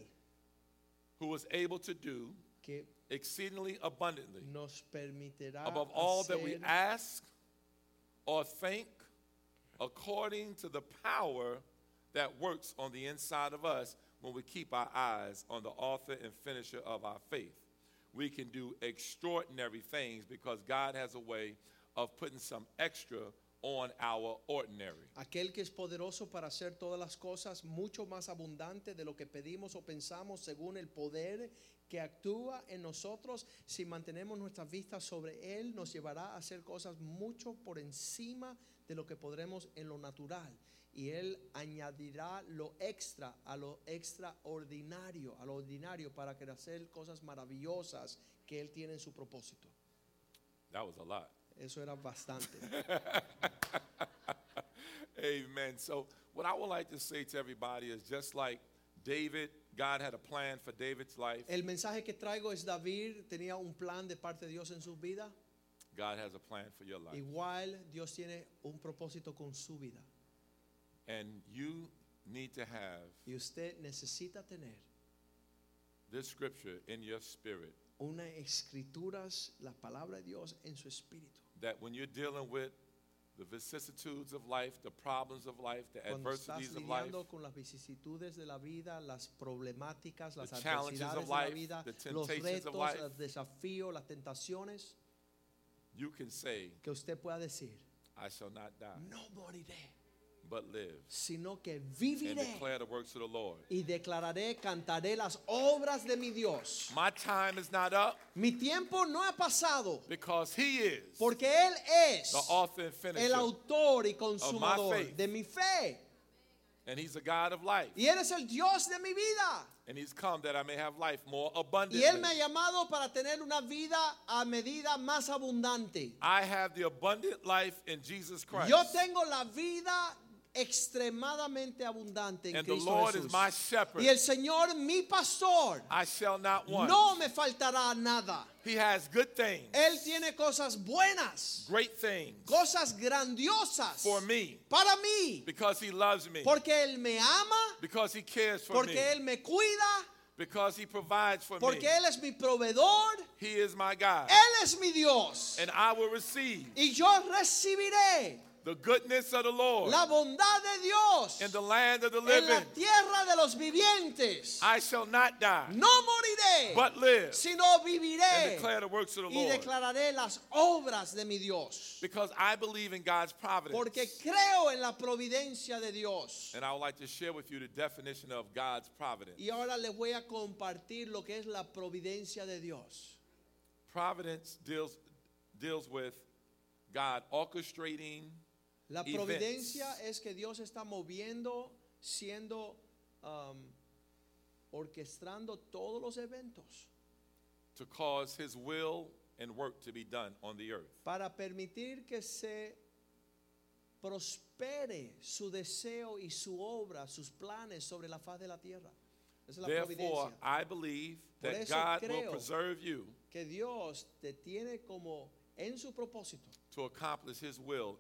B: who was able to do
A: que
B: exceedingly abundantly
A: nos permitirá
B: above all that we
A: hacer
B: ask or think according to the power that works on the inside of us when we keep our eyes on the author and finisher of our faith. We can do extraordinary things because God has a way of putting some extra on our ordinary.
A: aquel que es poderoso para hacer todas las cosas mucho más abundante de lo que pedimos o pensamos según el poder que actúa en nosotros si mantenemos nuestras vistas sobre él nos llevará a hacer cosas mucho por encima de lo que podremos en lo natural y él añadirá lo extra a lo extraordinario a lo ordinario para que hacer cosas maravillosas que él tiene en su propósito
B: That was a lot.
A: eso era bastante
B: Amen. So, what I would like to say to everybody is just like David, God had a plan for David's life,
A: El mensaje que traigo es David tenía un plan de parte de Dios en su vida.
B: God has a plan for your life.
A: Igual Dios tiene un propósito con su vida.
B: And you need to have
A: Y usted necesita tener
B: this scripture in your spirit
A: unas escrituras, la palabra de Dios en su espíritu.
B: that when you're dealing with the vicissitudes of life, the problems of life, the
A: Cuando estás
B: adversities of life,
A: lidiando con las vicisitudes de la vida, las problemáticas, las
B: challenges
A: adversidades
B: of
A: de la
B: life,
A: vida,
B: the
A: los
B: temptations of
A: retos,
B: life.
A: los desafíos, las tentaciones,
B: you can say,
A: que usted pueda decir,
B: I shall not die,
A: no moriré,
B: but live
A: sino que
B: and
A: viviré
B: declare the works of the Lord.
A: y declararé, cantaré las obras de mi Dios.
B: My time is not up
A: Mi tiempo no ha pasado
B: because He is
A: porque Él es
B: the author and
A: el
B: finisher,
A: autor y consumador
B: faith.
A: de mi fe.
B: and He's the God of life.
A: Y Él es el Dios de mi vida.
B: And He's come that I may have life more
A: Y Él me ha
B: abundantly.
A: llamado para tener una vida a medida más abundante.
B: I have the abundant life in Jesus Christ.
A: Yo tengo la vida extremadamente abundante en
B: And the
A: Cristo
B: Lord
A: Jesús.
B: is my shepherd.
A: Y el Señor mi pastor.
B: I shall not want.
A: No me faltará nada.
B: He has good things,
A: Él tiene cosas buenas,
B: great things
A: cosas grandiosas
B: for me
A: para mí.
B: because he loves me,
A: Porque Él me ama,
B: because he cares for me,
A: porque Él me cuida,
B: because he provides for me.
A: porque Él es mi proveedor,
B: He is my God.
A: Él es mi Dios.
B: And I will receive
A: Y yo recibiré
B: the goodness of the Lord
A: la bondad de Dios
B: in the land of the
A: en
B: living.
A: la tierra de los vivientes.
B: I shall not die,
A: No moriré,
B: but live
A: sino
B: and
A: viviré
B: declare the works of the
A: y
B: Lord.
A: declararé las obras de mi Dios.
B: Because I believe in God's providence.
A: Porque creo en la providencia de Dios.
B: And I would like to share with you the definition of God's providence.
A: Y ahora les voy a compartir lo que es la providencia de Dios.
B: Providence deals, deals with God orchestrating
A: La
B: Events.
A: providencia es que Dios está moviendo, siendo, um, orquestando todos los eventos
B: to cause His will and work to be done on the earth.
A: para permitir que se prospere su deseo y su obra, sus planes sobre la faz de la tierra. Esa es la
B: Therefore,
A: providencia.
B: I believe
A: Por
B: that
A: eso
B: God will
A: creo.
B: preserve you
A: Que Dios te tiene como en su propósito.
B: to accomplish His will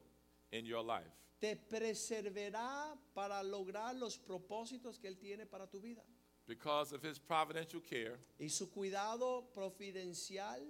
B: in your life.
A: Te preservará para lograr los propósitos que Él tiene para tu vida.
B: Because of His providential care,
A: Y su cuidado providencial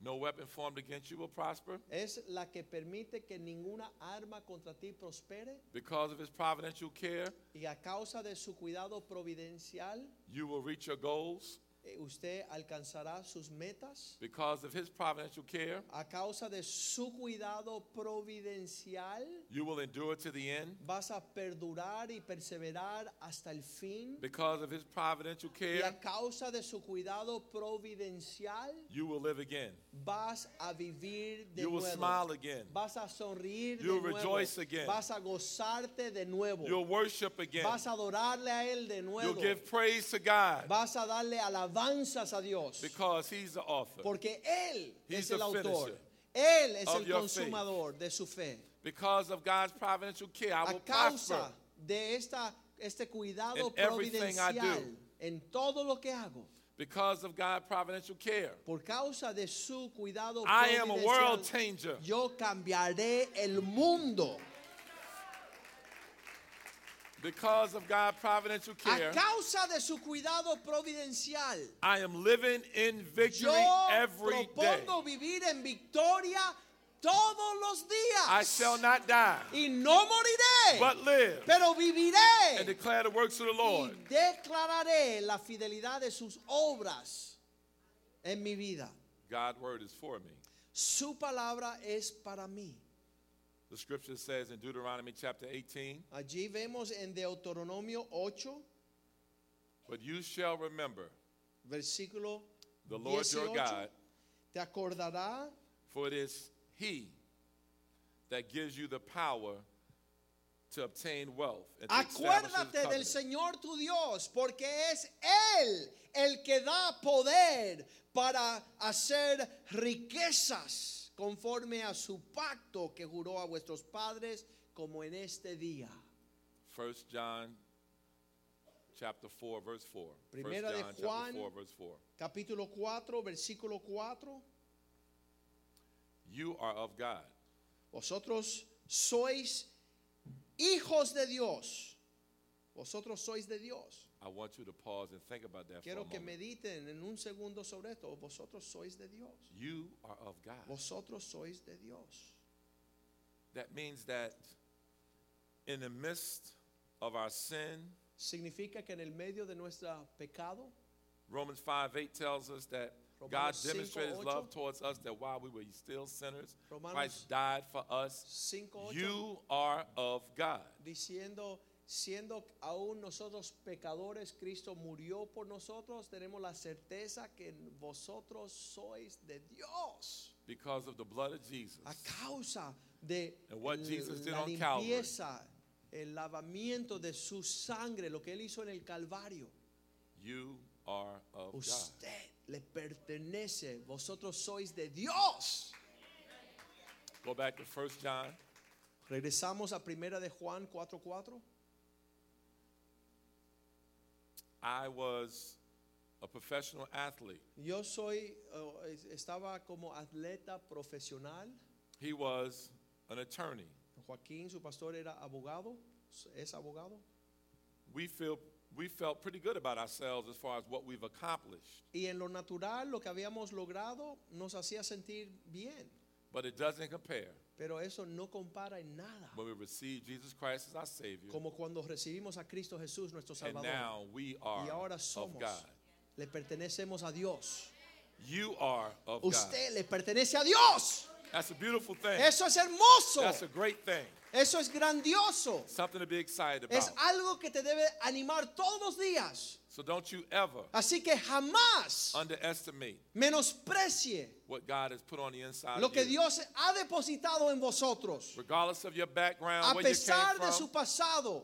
B: no weapon formed against you will prosper.
A: es la que permite que ninguna arma contra ti prospere
B: Because of His providential care,
A: y a causa de su cuidado providencial
B: you will reach your goals.
A: eh, usted alcanzará sus metas.
B: Because of His providential care,
A: A causa de su cuidado providencial
B: you will endure to the end.
A: vas a perdurar y perseverar hasta el fin.
B: Because of His providential
A: Y
B: care,
A: a causa de su cuidado providencial
B: you will live again.
A: vas a vivir de
B: You will
A: nuevo.
B: smile again.
A: Vas a sonreír
B: You'll
A: de nuevo.
B: rejoice again.
A: Vas a gozarte de nuevo.
B: You'll worship again.
A: Vas a adorarle a él de
B: You'll
A: nuevo.
B: give praise to God
A: Vas a darle alabanzas a Dios.
B: because He's the author.
A: Porque Él es
B: He's
A: el
B: the
A: autor.
B: finisher
A: Él es
B: of
A: el
B: your
A: consumador de su fe.
B: Because of God's providential care, I will
A: A
B: prosper.
A: causa de esta, este cuidado
B: In everything I
A: providencial
B: do.
A: en todo lo que hago.
B: Because of God's providential care,
A: Por causa de su cuidado
B: I am a world
A: providencial,
B: changer.
A: yo cambiaré el mundo.
B: Because of God's providential care,
A: A causa de su cuidado providencial,
B: I am living in victory
A: yo
B: every day.
A: propongo vivir en victoria todos los días.
B: I shall not die,
A: y no moriré,
B: but live
A: pero
B: and
A: viviré
B: declare the works of the Lord.
A: y declararé la fidelidad de sus obras en mi vida.
B: God's word is for me.
A: Su palabra es para mí.
B: The scripture says in Deuteronomy chapter 18,
A: Allí vemos en Deuteronomio 8,
B: But you shall remember
A: versículo
B: the Lord your
A: 18,
B: God,
A: Te acordará
B: for it is He that gives you the power to obtain wealth. And to establish His
A: Acuérdate del
B: covenant."
A: Señor tu Dios, porque es Él el que da poder para hacer riquezas conforme a su pacto que juró a vuestros padres, como en este día.
B: First John chapter 4, verse 4. First
A: Primera de
B: John
A: Juan.
B: chapter 4, verse 4.
A: Capítulo 4, versículo 4.
B: You are of God.
A: Vosotros sois hijos de Dios. Vosotros sois de Dios.
B: I want you to pause and think about that
A: Quiero
B: for a
A: que
B: moment.
A: mediten en un segundo sobre esto. Vosotros sois de Dios.
B: You are of God.
A: Vosotros sois de Dios.
B: That means that in the midst of our sin,
A: significa que en el medio de nuestro pecado,
B: Romans 5 8 tells us that God
A: Romanos
B: demonstrated his
A: 5:8.
B: love towards us that while we were still sinners,
A: Romanos
B: Christ died for us.
A: 5:8
B: You are of God.
A: diciendo siendo aún nosotros pecadores, Cristo murió por nosotros, tenemos la certeza que vosotros sois de Dios
B: Because of the blood of Jesus,
A: a causa de
B: And what
A: l-
B: Jesus did
A: la
B: on Calvary.
A: limpieza, el lavamiento de su sangre, lo que él hizo en el Calvario.
B: you are of Oh,
A: Oh,
B: God.
A: Usted le pertenece, vosotros sois de Dios.
B: Go back to 1 John
A: Regresamos a primera de Juan 4:4.
B: I was a professional athlete.
A: Yo soy, oh, es- estaba como atleta profesional.
B: He was an attorney.
A: Joaquín, su pastor, era abogado, es abogado.
B: We feel we felt pretty good about ourselves as far as what we've accomplished.
A: Y en lo natural, lo que habíamos logrado nos hacía sentir bien.
B: But it doesn't compare
A: Pero eso no compara en nada.
B: when we receive Jesus Christ as our Savior.
A: Como cuando recibimos a Cristo Jesús, nuestro
B: And
A: Salvador.
B: now we are
A: Y ahora
B: of
A: somos,
B: God.
A: le pertenecemos a Dios.
B: You are of God.
A: Usted le pertenece a Dios.
B: That's a beautiful thing.
A: Eso es hermoso.
B: That's a great thing.
A: Eso es grandioso.
B: Something to be excited about.
A: Es algo que te debe animar todos los días.
B: So don't you ever
A: Así que jamás
B: underestimate
A: menosprecie
B: what God has put on the inside
A: lo
B: of
A: que
B: you.
A: Dios ha depositado en vosotros.
B: Regardless of your background,
A: A
B: where you came
A: pesar de
B: from,
A: su pasado,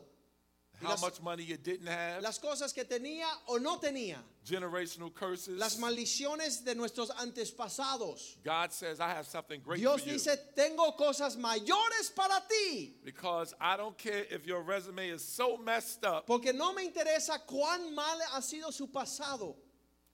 B: how
A: las-
B: much money you didn't have,
A: las cosas que tenía o no tenía,
B: generational curses.
A: las maldiciones de nuestros antepasados.
B: God says, I have something great
A: Dios
B: for you.
A: dice, tengo cosas mayores para ti,
B: because I don't care if your resume is so messed up.
A: porque no me interesa cuán mal ha sido su pasado.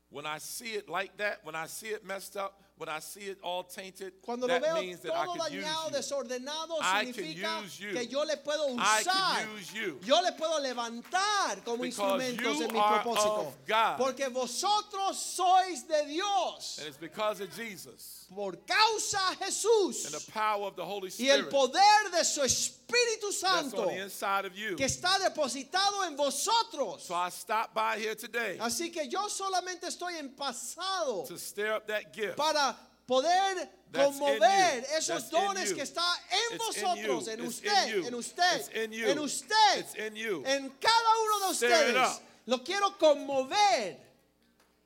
B: When I see it like that, when I see it messed up, when I see it all tainted,
A: Cuando lo
B: that
A: veo
B: means that I
A: todo
B: can use
A: dañado,
B: you.
A: desordenado,
B: I can
A: significa
B: use you.
A: que yo le puedo
B: I
A: usar.
B: can use you.
A: Yo le puedo levantar como
B: Because
A: instrumentos
B: you
A: en mi
B: are
A: propósito.
B: of God.
A: Porque vosotros sois de Dios.
B: And it's because of Jesus
A: Por causa de Jesús
B: and the power of the Holy
A: y el
B: Spirit
A: poder de su Espíritu
B: that's on
A: Santo
B: the inside of you.
A: que está depositado en vosotros.
B: So I stopped by here today
A: Así que yo solamente estoy en pasado
B: to stir up that gift.
A: para poder
B: That's in
A: conmover
B: you.
A: esos
B: That's in
A: dones
B: you.
A: que está en
B: It's in
A: vosotros,
B: you.
A: en
B: It's in
A: usted,
B: you.
A: en usted,
B: It's in you.
A: en usted,
B: It's in you.
A: en cada uno de
B: Stir it
A: ustedes.
B: up.
A: Lo quiero conmover,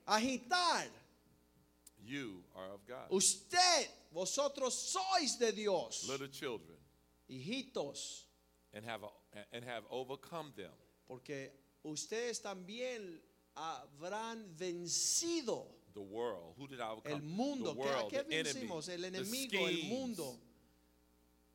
A: agitar.
B: You are of God.
A: Usted, vosotros sois de Dios,
B: Little children,
A: hijitos,
B: and have and have overcome them.
A: porque ustedes también habrán vencido.
B: The world. Who did I overcome?
A: El mundo,
B: the
A: ¿qué-
B: world,
A: ¿qué,
B: the enemy,
A: vencimos? El
B: the
A: enemigo, el
B: schemes.
A: mundo.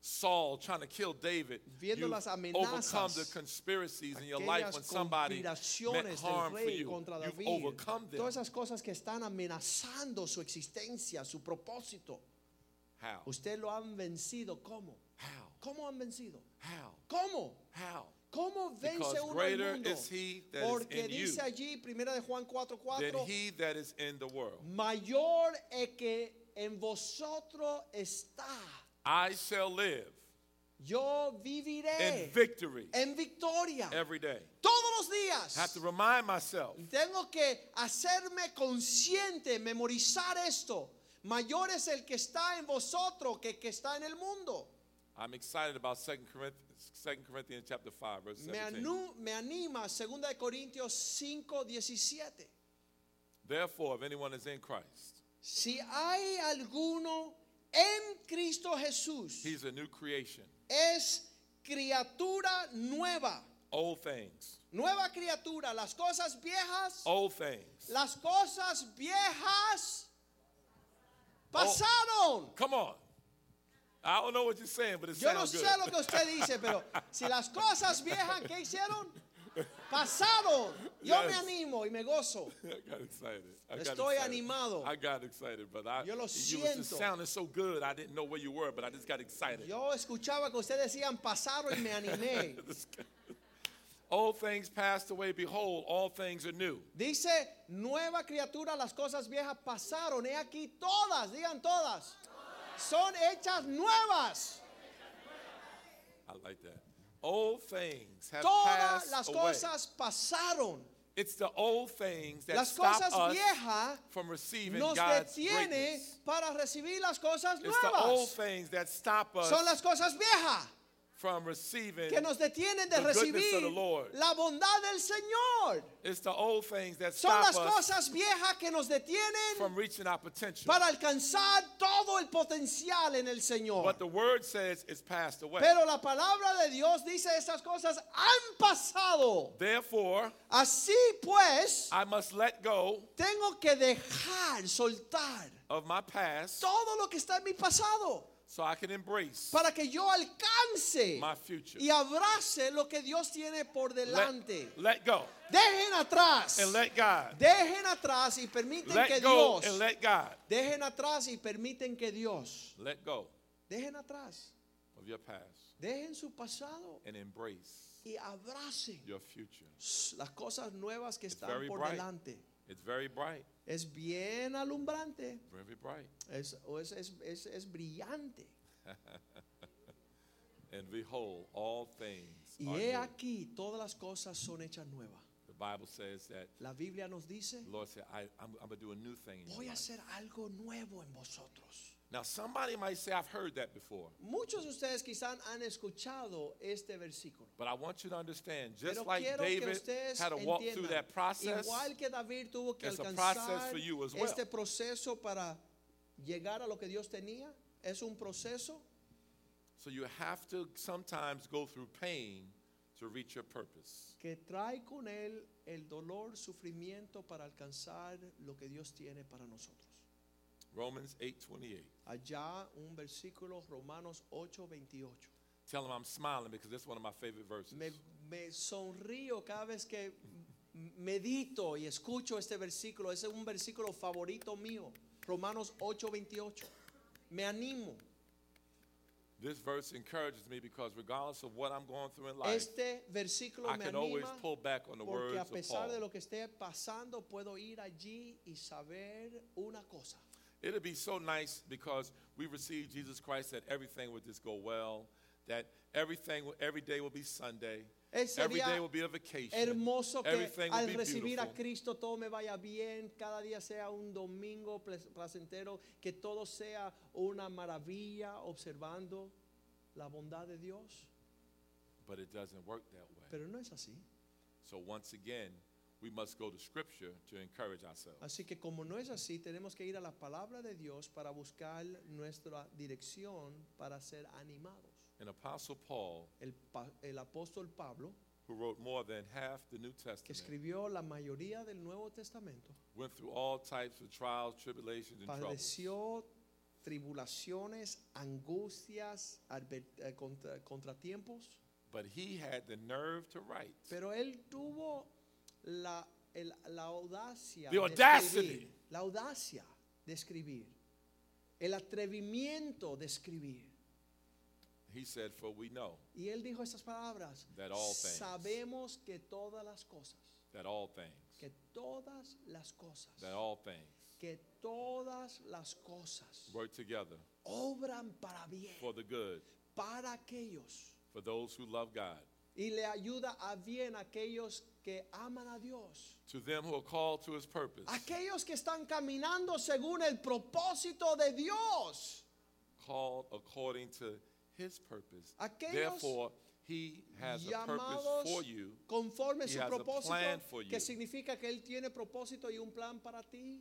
B: Saul trying to kill David.
A: Viendo
B: You've
A: las
B: overcome
A: amenazas,
B: the conspiracies in your
A: Aquellas
B: life when somebody meant
A: conspiraciones del
B: harm for
A: rey
B: you.
A: contra
B: You've
A: David,
B: overcome them.
A: todas esas cosas que están amenazando su existencia, su propósito,
B: How?
A: usted lo han vencido. ¿Cómo?
B: How?
A: ¿Cómo han vencido?
B: How?
A: ¿Cómo?
B: How?
A: ¿Cómo vence
B: Because
A: uno el
B: greater
A: mundo?
B: is he that is
A: Porque
B: in you
A: dice allí, primera de Juan
B: Then
A: 4:4,
B: he that is in the world.
A: mayor es que en vosotros está.
B: I shall live
A: Yo
B: in
A: viviré
B: victory
A: en victoria
B: every day.
A: todos los
B: I have
A: días.
B: to remind myself
A: Tengo que hacerme consciente, memorizar esto. Mayor es el que está en vosotros que el que está en el mundo.
B: I'm excited about 2 Corinthians, 2 Corinthians chapter 5, verse
A: Me,
B: 17.
A: anu- me anima 2 de Corintios 5, 17.
B: Therefore, if anyone is in Christ,
A: Si hay alguno en Cristo Jesús,
B: he's a new creation.
A: es criatura nueva.
B: Old things,
A: Nueva criatura. Las cosas viejas,
B: old things.
A: las cosas viejas pasaron.
B: Come on. I don't know what you're saying, but it
A: Yo no
B: sounds
A: sé lo
B: good.
A: que usted dice, pero si las cosas viejas que hicieron pasaron, yo me
B: Yes.
A: animo y me gozo.
B: I got excited. I got
A: Estoy
B: excited.
A: animado.
B: I got excited, but I
A: Yo lo
B: you was just
A: siento.
B: sounding so good. I didn't know where you were, but I just got excited.
A: Yo escuchaba que ustedes decían pasaron y me animé.
B: Old things passed away. Behold, all things are new.
A: Dice, nueva criatura, las cosas viejas pasaron. He aquí todas, digan todas, son hechas nuevas.
B: I like that. Old things have
A: Todas
B: passed
A: las
B: away.
A: cosas pasaron.
B: It's the old things that
A: Las
B: stop
A: cosas
B: us
A: viejas
B: from receiving
A: nos
B: God's
A: detiene
B: greatness.
A: para recibir las cosas
B: It's the old
A: nuevas.
B: things that stop us
A: Son las cosas viejas.
B: from receiving.
A: que nos detienen de
B: the goodness of the
A: recibir
B: Lord.
A: la bondad del Señor.
B: It's the old things that
A: Son
B: stop
A: las cosas
B: us
A: viejas que nos detienen
B: from reaching our potential.
A: para alcanzar todo el potencial en el Señor.
B: But the word says it's passed away.
A: Pero la palabra de Dios dice esas cosas han pasado.
B: Therefore,
A: Así pues,
B: I must let go
A: tengo que dejar, soltar
B: of my past
A: todo lo que está en mi pasado
B: so I can embrace
A: para que yo alcance
B: my future.
A: y abrace lo que Dios tiene por
B: Let,
A: delante.
B: let go
A: Dejen atrás.
B: and let God.
A: Dejen atrás y permiten que
B: Let go
A: Dios.
B: and let God.
A: Dejen atrás y permiten que Dios.
B: Let go
A: Dejen atrás.
B: of your past
A: Dejen su pasado
B: and embrace
A: y abracen
B: your future.
A: las cosas nuevas que
B: It's
A: están
B: very
A: por
B: bright.
A: delante.
B: It's very bright,
A: Es bien alumbrante.
B: very bright.
A: Es, o es- es- es- es brillante.
B: And behold, all things
A: Y
B: are
A: he
B: new.
A: aquí, todas las cosas son hechas nuevas.
B: The Bible says that
A: La Biblia nos dice,
B: the Lord said, I, I'm, I'm going to do a new thing in your
A: voy a
B: life."
A: hacer algo nuevo en vosotros.
B: Now, somebody might say, I've heard that before.
A: Muchos de ustedes quizás han escuchado este versículo.
B: But I want you to understand, just
A: Pero
B: like
A: quiero que
B: David
A: ustedes
B: had to walk through
A: entiendan,
B: that process,
A: igual que David tuvo que
B: it's a
A: alcanzar
B: process for you as well.
A: este proceso para llegar a lo que Dios tenía, es un proceso.
B: so you have to sometimes go through pain to reach your purpose.
A: que trae con él el dolor, sufrimiento para alcanzar lo que Dios tiene para nosotros.
B: Romans 8:28.
A: Allá un versículo, Romanos 8:28.
B: Tell him I'm smiling because that's one of my favorite verses.
A: Me, me sonrío cada vez que medito y escucho este versículo. Ese es un versículo favorito mío, Romanos 8:28. Me animo.
B: This verse encourages me because regardless of what I'm going through in life,
A: Este versículo
B: I
A: me
B: can always
A: anima
B: pull back on the words
A: porque a
B: of
A: pesar de
B: Paul.
A: lo que esté pasando, puedo ir allí y saber una cosa.
B: It'll be so nice because we receive Jesus Christ that everything would just go well, that everything, will- every day will be Sunday,
A: Es
B: every
A: sería
B: day will be a vacation,
A: Hermoso que
B: everything will
A: al
B: be
A: recibir
B: beautiful.
A: a Cristo todo me vaya bien, cada día sea un domingo ples- placentero, que todo sea una maravilla observando la bondad de Dios.
B: But it doesn't work that way.
A: Pero no es así.
B: So once again, we must go to Scripture to encourage ourselves.
A: Así que como no es así, tenemos que ir a la palabra de Dios para buscar nuestra dirección para ser animados.
B: And Apostle Paul,
A: El, pa- el apóstol Pablo,
B: who wrote more than half the New
A: que
B: Testament,
A: escribió la mayoría del Nuevo Testamento,
B: went through all types of trials, tribulations, and troubles.
A: padeció tribulaciones, angustias, adver- eh, contra- contratiempos,
B: But he had the nerve to write.
A: pero él tuvo la, el- la audacia,
B: The
A: de
B: audacity.
A: escribir, la audacia de escribir, el atrevimiento de escribir.
B: He said, For we know
A: Y él dijo estas palabras,
B: That all things.
A: sabemos que todas las cosas,
B: that all things,
A: que todas las cosas,
B: that all things
A: que todas las cosas
B: work together
A: obran para bien,
B: for the good,
A: para aquellos
B: for those who love God,
A: y le ayuda a bien a aquellos que aman a Dios.
B: to them who are called to his purpose,
A: Aquellos que están caminando según el propósito de Dios.
B: called according to his purpose.
A: Aquellos
B: Therefore, he has a purpose
A: Llamados
B: for you.
A: conforme
B: He
A: su
B: has a plan
A: propósito,
B: for
A: que
B: you.
A: significa que Él tiene propósito y un plan para ti.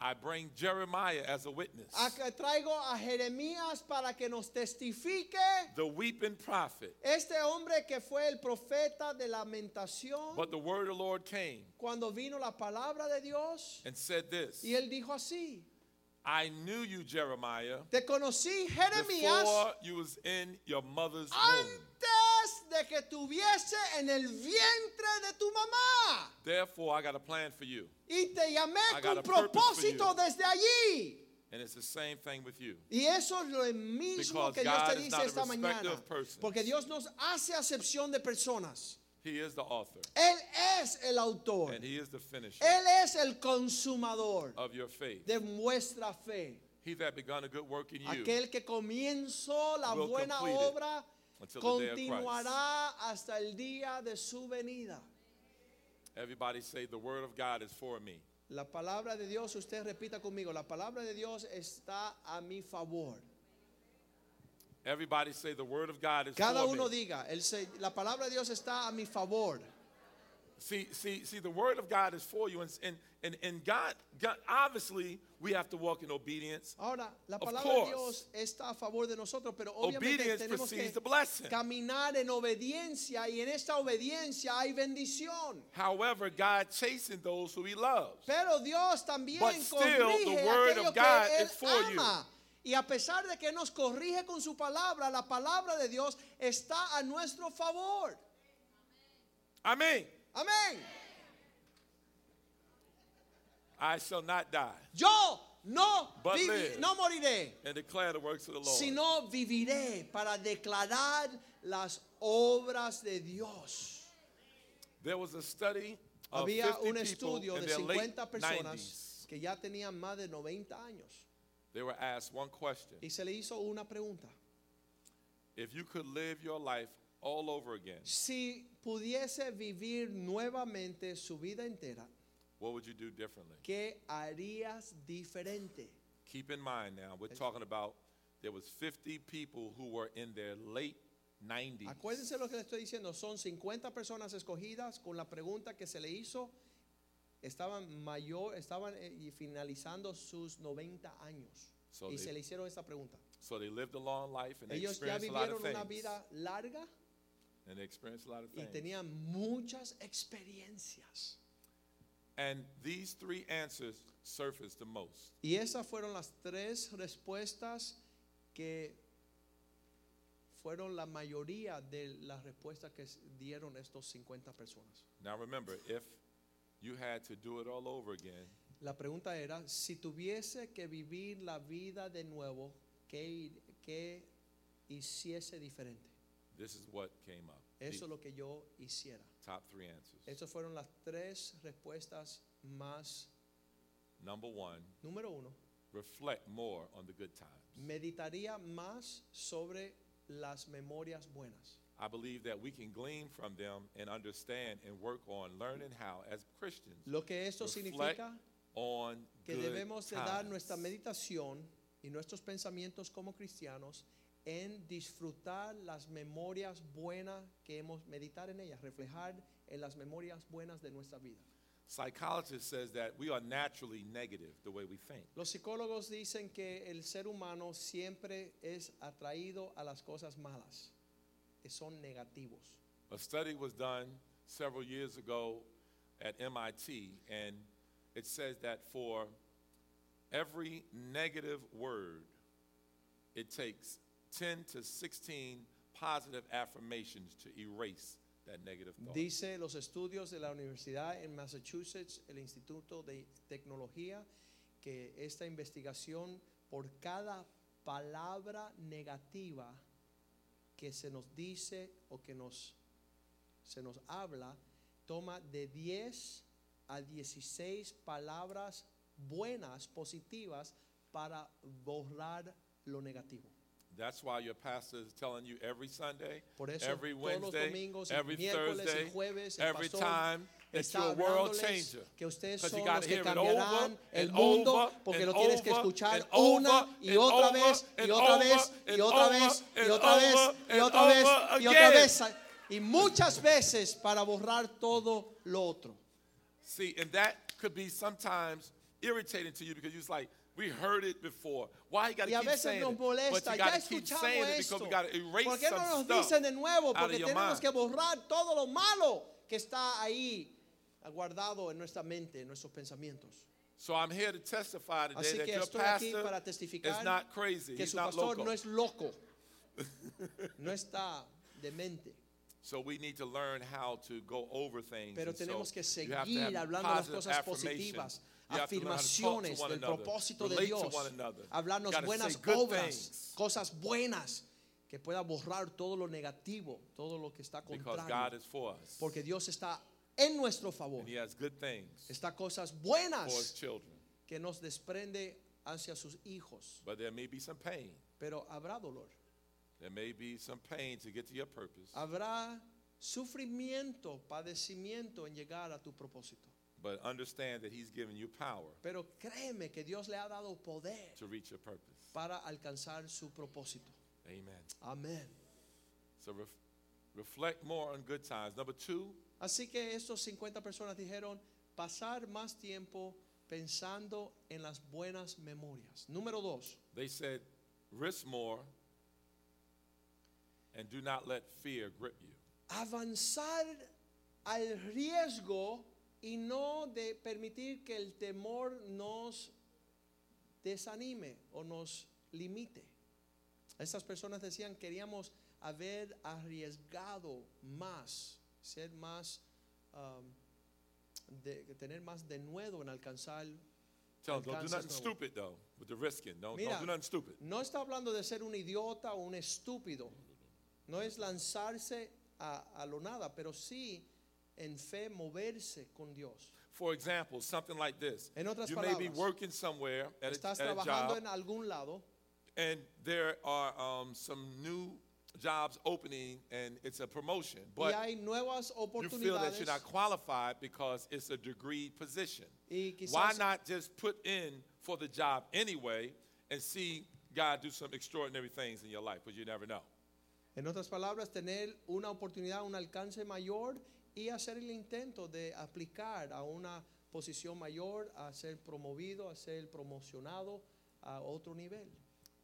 B: I bring Jeremiah as a witness,
A: Acá traigo a Jeremías para que nos testifique.
B: the weeping prophet.
A: Este hombre que fue el profeta de lamentación,
B: But the word of the Lord came
A: cuando vino la palabra de Dios,
B: and said this
A: y él dijo así,
B: I knew you, Jeremiah,
A: te conocí Jeremías
B: before you was in your mother's womb.
A: antes de que tuviese en el vientre de tu mamá.
B: Therefore, I got a plan for you.
A: Y te llamé
B: I got
A: con
B: a purpose for
A: propósito
B: you.
A: desde allí.
B: And it's the same thing with you.
A: Y eso es lo mismo
B: Because
A: que Dios te
B: God is
A: dice
B: not a
A: esta
B: respecter
A: mañana.
B: of persons.
A: Porque Dios nos hace acepción de personas.
B: He is the author
A: Él es el autor.
B: and he is the finisher
A: Él es el consumador
B: of your faith.
A: de vuestra fe.
B: He that begun a good work in you
A: Aquel que comenzó la
B: will
A: buena
B: complete it
A: obra
B: until the day of Christ.
A: continuará hasta el día de su venida.
B: Everybody say, The word of God is for me.
A: La palabra de Dios, usted repita conmigo, la palabra de Dios está a mi favor.
B: Everybody say, The word of God is
A: Cada
B: for
A: uno
B: me.
A: diga, el se- la palabra de Dios está a mi favor.
B: See, see, see, the word of God is for you. And, and, and, and God, God, obviously, we have to walk in obedience.
A: Ahora, la
B: Of
A: palabra de
B: course.
A: Dios está a favor de nosotros, pero obviamente
B: Obedience
A: tenemos
B: precedes
A: que
B: the blessing.
A: caminar en obediencia y en esta obediencia hay bendición.
B: However, God chasing those who he loves.
A: Pero Dios también
B: But still,
A: corrige
B: the word
A: aquello
B: of God
A: que él
B: is for you.
A: ama. Y a pesar de que nos corrige con su palabra, la palabra de Dios está a nuestro favor.
B: I mean,
A: Amén.
B: I shall not die
A: Yo no,
B: But
A: vivi-
B: live.
A: no moriré,
B: and declare the works of the Lord.
A: sino viviré para declarar las obras de Dios.
B: There was a study of
A: Había
B: 50
A: un
B: people
A: estudio
B: in
A: de
B: their late
A: 50 personas
B: 90s.
A: que ya tenían más de 90 años
B: They were asked one question.
A: y se le hizo una pregunta.
B: If you could live your life all over again,
A: Si pudiese vivir nuevamente su vida entera,
B: what would you do differently?
A: ¿qué harías diferente?
B: Keep in mind now, we're talking about there was 50 people who were in their late 90s.
A: Acuérdense lo que le estoy diciendo, son 50 personas escogidas con la pregunta que se le hizo. Estaban mayor, estaban eh, y finalizando sus 90 años
B: So
A: y
B: they-
A: se le hicieron esta pregunta.
B: So they lived a long life and they
A: Ellos ya
B: experienced a lot of
A: vivieron
B: things.
A: una vida larga
B: And they experienced a lot of
A: y
B: things.
A: tenían muchas experiencias.
B: And these three answers surfaced the most.
A: Y esas fueron las tres respuestas que fueron la mayoría de las respuestas que s- dieron estos 50 personas.
B: Now remember, if you had to do it all over again,
A: La pregunta era, si tuviese que vivir la vida de nuevo, ¿qué, hi- qué hiciese diferente?
B: this is what came up.
A: Eso es
B: the
A: lo que yo hiciera.
B: top three answers.
A: Esas fueron las tres respuestas más,
B: Number one,
A: número uno,
B: reflect more on the good times.
A: meditaría más sobre las memorias buenas.
B: I believe that we can glean from them and understand and work on learning how, as Christians,
A: Lo que esto
B: reflect
A: significa
B: on
A: que
B: good
A: debemos de dar
B: times.
A: nuestra meditación y nuestros pensamientos como cristianos en disfrutar las memorias buenas que hemos meditar en ellas, reflejar en las memorias buenas de nuestra vida.
B: Psychologist says that we are naturally negative the way we think.
A: Los psicólogos dicen que el ser humano siempre es atraído a las cosas malas, que son negativos.
B: A study was done several years ago at MIT, and it says that for every negative word, it takes 10 to 16 positive affirmations to erase that negative thought.
A: Dice los estudios de la Universidad en Massachusetts, el Instituto de Tecnología, que esta investigación por cada palabra negativa que se nos dice o que nos se nos habla toma de 10 a 16 palabras buenas, positivas para borrar lo negativo.
B: That's why your pastor is telling you every Sunday,
A: Por eso
B: every
A: todos los
B: Wednesday,
A: domingos, y
B: every
A: miércoles
B: Thursday,
A: y jueves, el
B: every
A: pastor
B: time that
A: está
B: you're a world
A: hablándoles
B: changer.
A: que ustedes
B: Because you
A: son
B: got
A: los
B: to
A: que
B: hear it
A: cambiarán
B: over
A: el
B: and
A: mundo,
B: over
A: porque
B: and
A: lo tienes que
B: over
A: escuchar
B: and
A: una
B: over
A: y
B: and
A: otra
B: over
A: vez y
B: and
A: otra
B: over
A: vez y otra
B: and over
A: vez y
B: and
A: otra vez
B: over
A: y
B: and
A: otra vez
B: over
A: y otra
B: again.
A: vez y muchas veces para borrar todo lo otro.
B: See, and that could be sometimes irritating to you because you're just like, we heard it before. Why you got
A: Y
B: to
A: a
B: keep
A: veces
B: saying
A: nos
B: it? But
A: molesta,
B: you
A: ya
B: got to keep
A: escuchamos
B: saying it
A: esto.
B: because we got to erase
A: ¿Por qué
B: some
A: no nos
B: stuff
A: dicen de nuevo?
B: out of
A: Porque
B: your
A: tenemos
B: mind.
A: que borrar todo lo malo que está ahí guardado en nuestra mente, en nuestros pensamientos.
B: So I'm here to testify today
A: Así
B: that
A: que
B: your
A: estoy aquí
B: pastor
A: para
B: is
A: testificar
B: not crazy.
A: que
B: He's
A: su
B: not
A: pastor
B: local.
A: no es loco, no está demente.
B: So we need to learn how to go over things.
A: Pero
B: and so
A: tenemos que
B: you have to
A: seguir
B: have
A: hablando de las
B: positive
A: cosas
B: affirmations.
A: positivas,
B: You have to learn how to talk to
A: afirmaciones
B: one
A: del
B: another,
A: propósito de
B: relate to
A: Dios,
B: one another. You
A: hablarnos
B: gotta
A: buenas
B: say good
A: obras,
B: things.
A: cosas buenas que pueda borrar todo lo negativo, todo lo que está
B: Because God
A: contrario,
B: is for us.
A: porque Dios está en nuestro favor.
B: and He has good things
A: Está cosas
B: for His
A: buenas
B: children.
A: que nos desprende hacia sus hijos,
B: But there may be some pain.
A: pero habrá dolor,
B: There may be some pain to get to your purpose.
A: Ah. habrá sufrimiento, padecimiento en llegar a tu propósito.
B: But understand that He's given you power
A: Pero créeme que Dios le ha dado poder
B: to reach your purpose.
A: para alcanzar su propósito.
B: Amen.
A: Amén.
B: So ref- reflect more on good times. Number two,
A: Así que estos 50 personas dijeron pasar más tiempo pensando en las buenas memorias. Número dos,
B: they said, risk more and do not let fear grip you.
A: avanzar al riesgo y no de permitir que el temor nos desanime o nos limite. Estas personas decían queríamos haber arriesgado más, ser más, um, de, tener más denuedo en alcanzar.
B: Tell them, don't do
A: Alcanzas
B: nothing
A: nuevo.
B: stupid though with the risking. Don't,
A: Mira,
B: don't do nothing stupid.
A: no está hablando de ser un idiota o un estúpido. No es lanzarse a, a lo nada, pero sí en fe moverse con Dios.
B: For example, something like this.
A: En otras
B: you may be
A: palabras,
B: working somewhere at a,
A: Estás
B: at a
A: trabajando
B: job,
A: en algún lado
B: and there are um, some new jobs opening, and it's a promotion.
A: y
B: But
A: hay nuevas
B: you feel that
A: oportunidades.
B: you're not qualified because it's a degree position.
A: Y
B: Why
A: quizás-
B: not just put in for the job anyway and see God do some extraordinary things in your life? Because you never know.
A: En otras palabras, tener una oportunidad, un alcance mayor y hacer el intento de aplicar a una posición mayor, a ser promovido, a ser promocionado a otro nivel.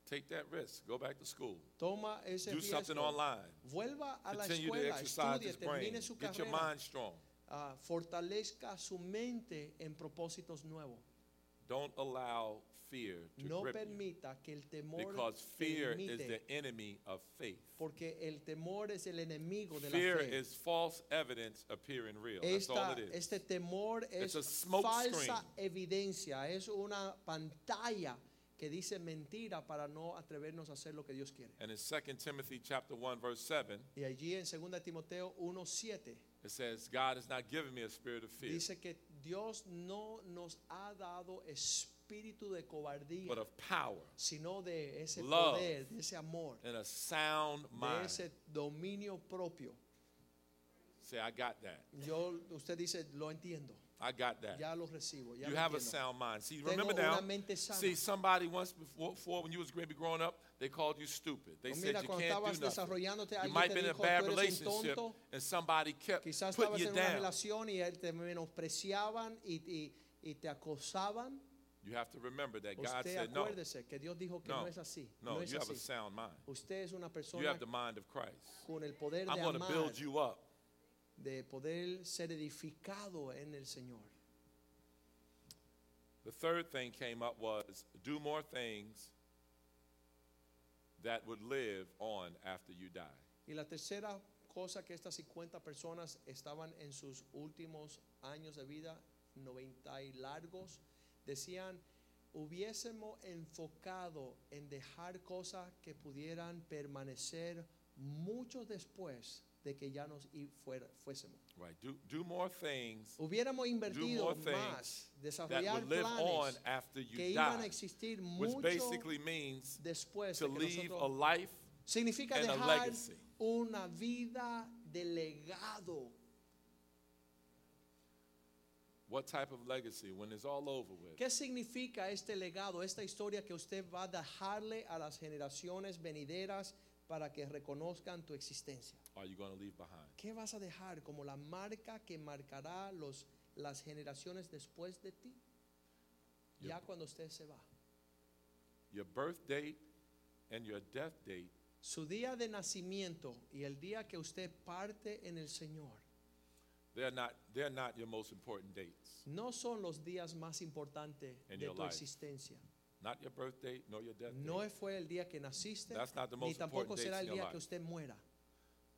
B: Take that risk. Go back to school.
A: Toma ese
B: Do
A: riesgo.
B: something online.
A: Vuelva a la
B: Continue to
A: escuela,
B: exercise
A: estudie,
B: this brain.
A: termine su
B: Get your
A: carrera,
B: mind strong.
A: ah, fortalezca su mente en propósitos nuevos.
B: Don't allow fear to
A: No
B: grip you.
A: permita que el temor
B: Because
A: te
B: fear is
A: limite,
B: the enemy of faith.
A: porque el temor es el enemigo de
B: Fear
A: la fe.
B: is false evidence appearing real. That's all
A: Esta,
B: it is.
A: este temor es
B: It's a smoke
A: falsa
B: screen.
A: evidencia, es una pantalla que dice mentira para no atrevernos a hacer lo que Dios quiere.
B: And in 2 Timothy chapter 1 verse 7,
A: Y allí en 2 Timoteo 1:7
B: it says, God has not given me a spirit of fear,
A: dice que Dios no nos ha dado espíritu de cobardía,
B: but of power
A: sino de ese
B: love,
A: poder, de ese amor,
B: and a sound
A: de
B: mind.
A: ese dominio propio.
B: Say, I got that.
A: Yo usted dice, lo entiendo,
B: I got that.
A: ya lo recibo, ya
B: You
A: lo
B: have a
A: entiendo.
B: sound mind. See,
A: Tengo
B: remember
A: una
B: now.
A: mente sana.
B: See, somebody once before, before when you was maybe growing up, they called you stupid. They
A: O
B: said
A: mira,
B: you
A: cuando estabas
B: can't do nothing.
A: desarrollándote,
B: You
A: alguien
B: might
A: te
B: been in a
A: dijo,
B: bad
A: "Tú eres un
B: relationship,
A: tonto".
B: and somebody kept
A: Quizás estabas
B: putting
A: en
B: you
A: una
B: down.
A: relación y él te menospreciaban y, y- y te acosaban.
B: You have to remember that God
A: Usted
B: said no.
A: acuérdese que Dios dijo que no,
B: No,
A: es así.
B: no,
A: no es
B: you have a
A: así.
B: sound mind.
A: Usted es una
B: You
A: persona
B: have the mind of Christ.
A: con el poder de
B: I'm going to
A: amar,
B: build you up.
A: de poder ser edificado en el Señor.
B: The third thing came up was do more things that would live on after you die.
A: Y la tercera cosa que estas 50 personas estaban en sus últimos años de vida, 90 y largos, decían, hubiésemos enfocado en dejar cosas que pudieran permanecer mucho después de que ya nos i- fuera- fuésemos.
B: Right? Do do more things
A: Hubiéramos invertido
B: more things
A: más,
B: that
A: desarrollar
B: would live on
A: planes
B: after
A: que
B: you
A: iban a
B: die,
A: existir
B: which
A: mucho
B: basically means
A: después
B: to
A: de que
B: leave a
A: nosotros
B: life
A: Significa
B: and a
A: dejar
B: legacy.
A: una vida de legado.
B: what type of legacy when it's all over with.
A: ¿Qué significa este legado, esta historia que usted va a dejarle a las generaciones venideras para que reconozcan tu existencia?
B: Are you going to leave behind?
A: ¿Qué vas a dejar como la marca que marcará los, las generaciones después de ti?
B: Yo-
A: Ya cuando usted se va.
B: Your birth date and your death date
A: Su día de nacimiento y el día que usted parte en el Señor
B: They're not, they're not your most important dates.
A: no son los días más importantes
B: In
A: de
B: your
A: tu
B: life.
A: existencia.
B: Not your birth date, nor your death
A: No
B: date.
A: fue el día que naciste,
B: That's not the
A: ni
B: most
A: tampoco
B: important
A: será el
B: dates in your
A: día
B: life.
A: que usted muera.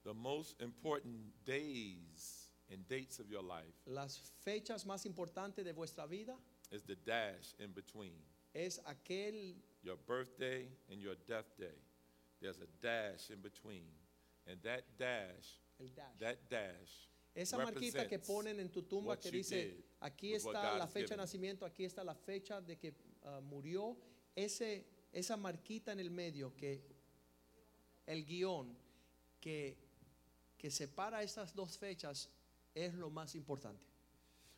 B: The most important days and dates of your life
A: Las fechas más importantes de vuestra vida
B: is the dash in between
A: es aquel
B: your birthday and your death day. There's a dash in between. And that dash,
A: el dash.
B: that dash,
A: Esa marquita que
B: represents
A: ponen en tu tumba
B: what
A: que
B: you
A: dice,
B: did
A: aquí
B: with what
A: está
B: God
A: la
B: has
A: fecha de
B: given you."
A: nacimiento, aquí está la fecha de que ah, murió, ese, esa marquita en el medio que el guión que, que separa esas dos fechas es lo más importante.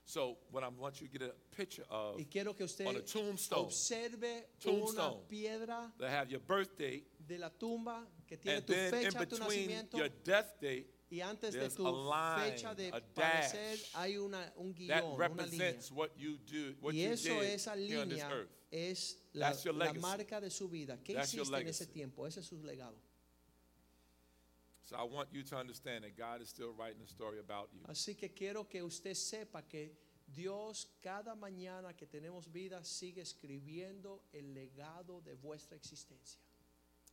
B: so what I want you to get a picture of,
A: Y quiero que usted
B: on a tombstone,
A: observe una
B: Tombstone.
A: piedra
B: they have your birth date,
A: de la tumba que tiene
B: and
A: tu
B: then in
A: fecha, tu
B: between
A: nacimiento
B: your death date,
A: y antes de
B: there's
A: tu
B: a line,
A: fecha de
B: a
A: padecer
B: dash.
A: hay una, un
B: that
A: guión, una línea.
B: represents what you do, what
A: Y
B: you
A: eso,
B: did
A: esa
B: here on this
A: línea
B: earth.
A: es la,
B: That's your
A: la
B: legacy.
A: marca de su vida. ¿Qué
B: That's your
A: hiciste en ese
B: legacy.
A: tiempo? Ese es su legado.
B: So I want you to understand that God is still writing a story about you.
A: Así que quiero que usted sepa que Dios cada mañana que tenemos vida sigue escribiendo el legado de vuestra existencia.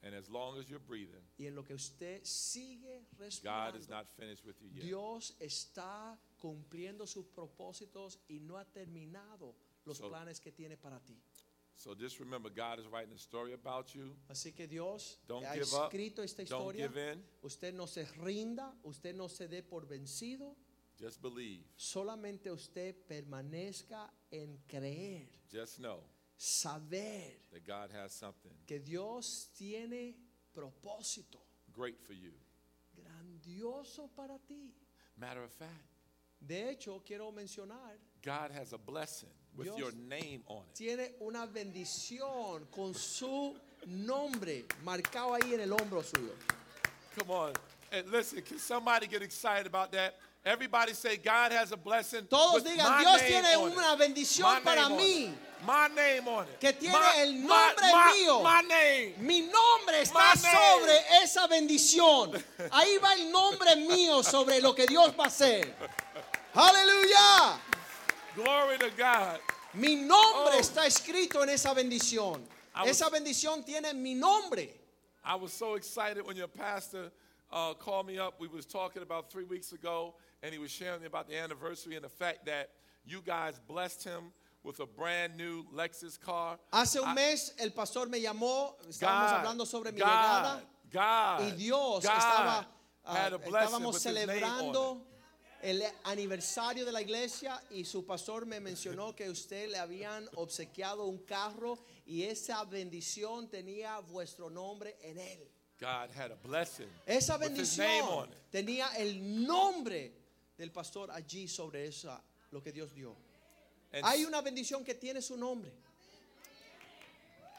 B: And as long as you're breathing,
A: Y en lo que usted sigue
B: God is
A: respirando,
B: not finished with you yet.
A: Dios está cumpliendo sus propósitos y no ha terminado los
B: So-
A: planes que tiene para ti.
B: So just remember, God is writing a story about you.
A: Así que Dios
B: Don't
A: ha
B: give up.
A: escrito esta
B: Don't
A: historia.
B: give in.
A: Usted no se rinda, usted no se dé por vencido.
B: Just believe.
A: Solamente usted permanezca en creer,
B: Just know
A: saber
B: that God has something
A: que Dios tiene propósito
B: great for you.
A: grandioso para ti.
B: Matter of fact,
A: De hecho, quiero mencionar,
B: God has a blessing with
A: Dios-
B: your name on it.
A: tiene una bendición con su nombre marcado ahí en el hombro suyo.
B: Come on. And listen, can somebody get excited about that? Everybody say, God has a blessing.
A: Todos
B: with
A: digan,
B: my
A: Dios
B: name
A: tiene
B: on it.
A: una bendición
B: My
A: para
B: name on
A: mí.
B: it. My name on it.
A: Que tiene
B: my,
A: el
B: my-
A: nombre
B: my-
A: mío.
B: My name.
A: Mi nombre está
B: My name.
A: sobre esa bendición. Ahí va el nombre mío sobre lo que Dios va a hacer. Aleluya.
B: Glory to God.
A: Mi nombre
B: Oh.
A: está escrito en esa bendición.
B: I was-
A: Esa bendición tiene mi nombre.
B: I was so excited when your pastor uh, called me up. We was talking about three weeks ago, and he was sharing about the anniversary and the fact that you guys blessed him with a brand new Lexus car.
A: Hace
B: I-
A: un mes el pastor me llamó, estábamos
B: Ah. God,
A: hablando sobre mi
B: God,
A: llegada
B: God,
A: y Dios
B: God
A: estaba
B: had
A: ah,
B: a blessing
A: estábamos
B: with his name on it.
A: celebrando el aniversario de la iglesia y su pastor me mencionó que usted le habían obsequiado un carro y esa bendición tenía vuestro nombre en él.
B: God had a blessing.
A: Esa
B: with his name on
A: bendición
B: it.
A: tenía el nombre del pastor allí sobre esa lo que Dios dio.
B: And,
A: Hay una bendición que tiene su nombre.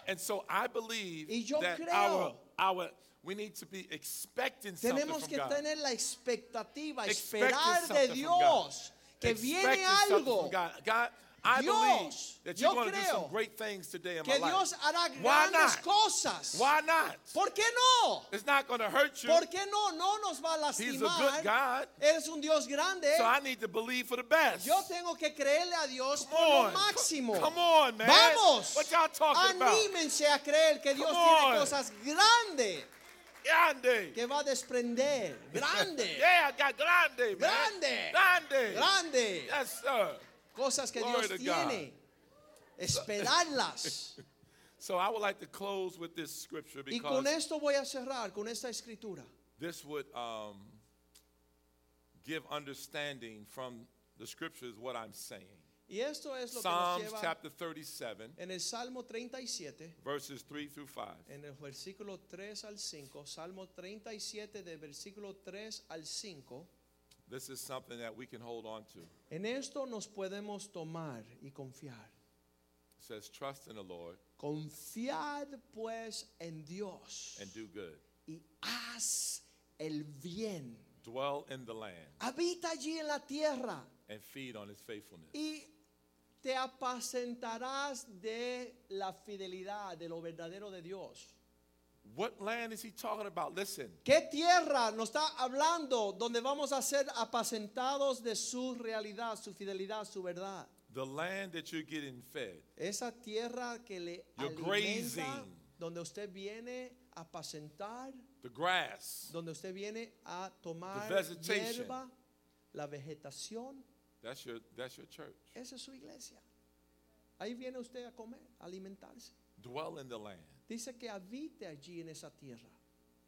B: and so I believe
A: Y yo
B: that
A: creo.
B: our, our we need to be expecting something
A: Tenemos
B: from
A: que
B: God.
A: tener la expectativa,
B: Expecting
A: esperar de
B: something from God.
A: Dios que viene
B: Expecting something from
A: algo,
B: God. God, I
A: Dios,
B: believe that you're
A: yo
B: going to do
A: creo
B: some great things today in
A: que
B: my
A: Dios
B: life.
A: hará
B: Why
A: grandes
B: not?
A: cosas.
B: Why not?
A: ¿Por qué no?
B: It's not going to hurt you.
A: ¿Por qué no? No nos va a
B: He's a good
A: lastimar.
B: God.
A: Eres un Dios grande.
B: So I need to believe for the best.
A: Yo tengo que creerle a Dios
B: Come
A: por lo
B: on.
A: máximo.
B: Come on, man.
A: Vamos.
B: What y'all talking about?
A: Anímense a creer que Dios
B: Come
A: tiene
B: on.
A: cosas grandes
B: Grande.
A: que va a desprender. Grande.
B: Yeah, I got grande, man.
A: Grande.
B: Grande.
A: Grande.
B: Yes, sir.
A: Cosas que Dios
B: Glory to God.
A: tiene. Esperarlas.
B: So I would like to close with this scripture
A: Y con
B: because
A: esto voy a cerrar, con esta escritura.
B: this would um, give understanding from the scriptures what I'm saying.
A: Y esto es lo
B: Psalms
A: que nos lleva
B: chapter 37,
A: en el Salmo 37,
B: verses 3 through 5.
A: en el versículo 3 al 5. Salmo 37, del versículo 3 al 5.
B: This is something that we can hold on to. It
A: En esto nos podemos tomar y confiar.
B: says, Trust in the Lord
A: Confiad pues en Dios
B: and do good.
A: y haz el bien.
B: Dwell in the land
A: Habita allí en la tierra
B: and feed on his faithfulness.
A: y te apacentarás de la fidelidad, de lo verdadero de Dios.
B: What land is he talking about? Listen,
A: ¿Qué tierra nos está hablando donde vamos a ser apacentados de su realidad, su fidelidad, su verdad?
B: the land that you're getting fed,
A: Esa tierra que le
B: You're
A: alimenta,
B: grazing.
A: donde usted viene a apacentar,
B: the grass,
A: donde usted viene a tomar
B: The vegetation.
A: hierba, la vegetación,
B: that's your, that's your church.
A: esa es su iglesia. Ahí viene usted a comer, a alimentarse.
B: Dwell in the land.
A: Dice que habite allí en esa tierra.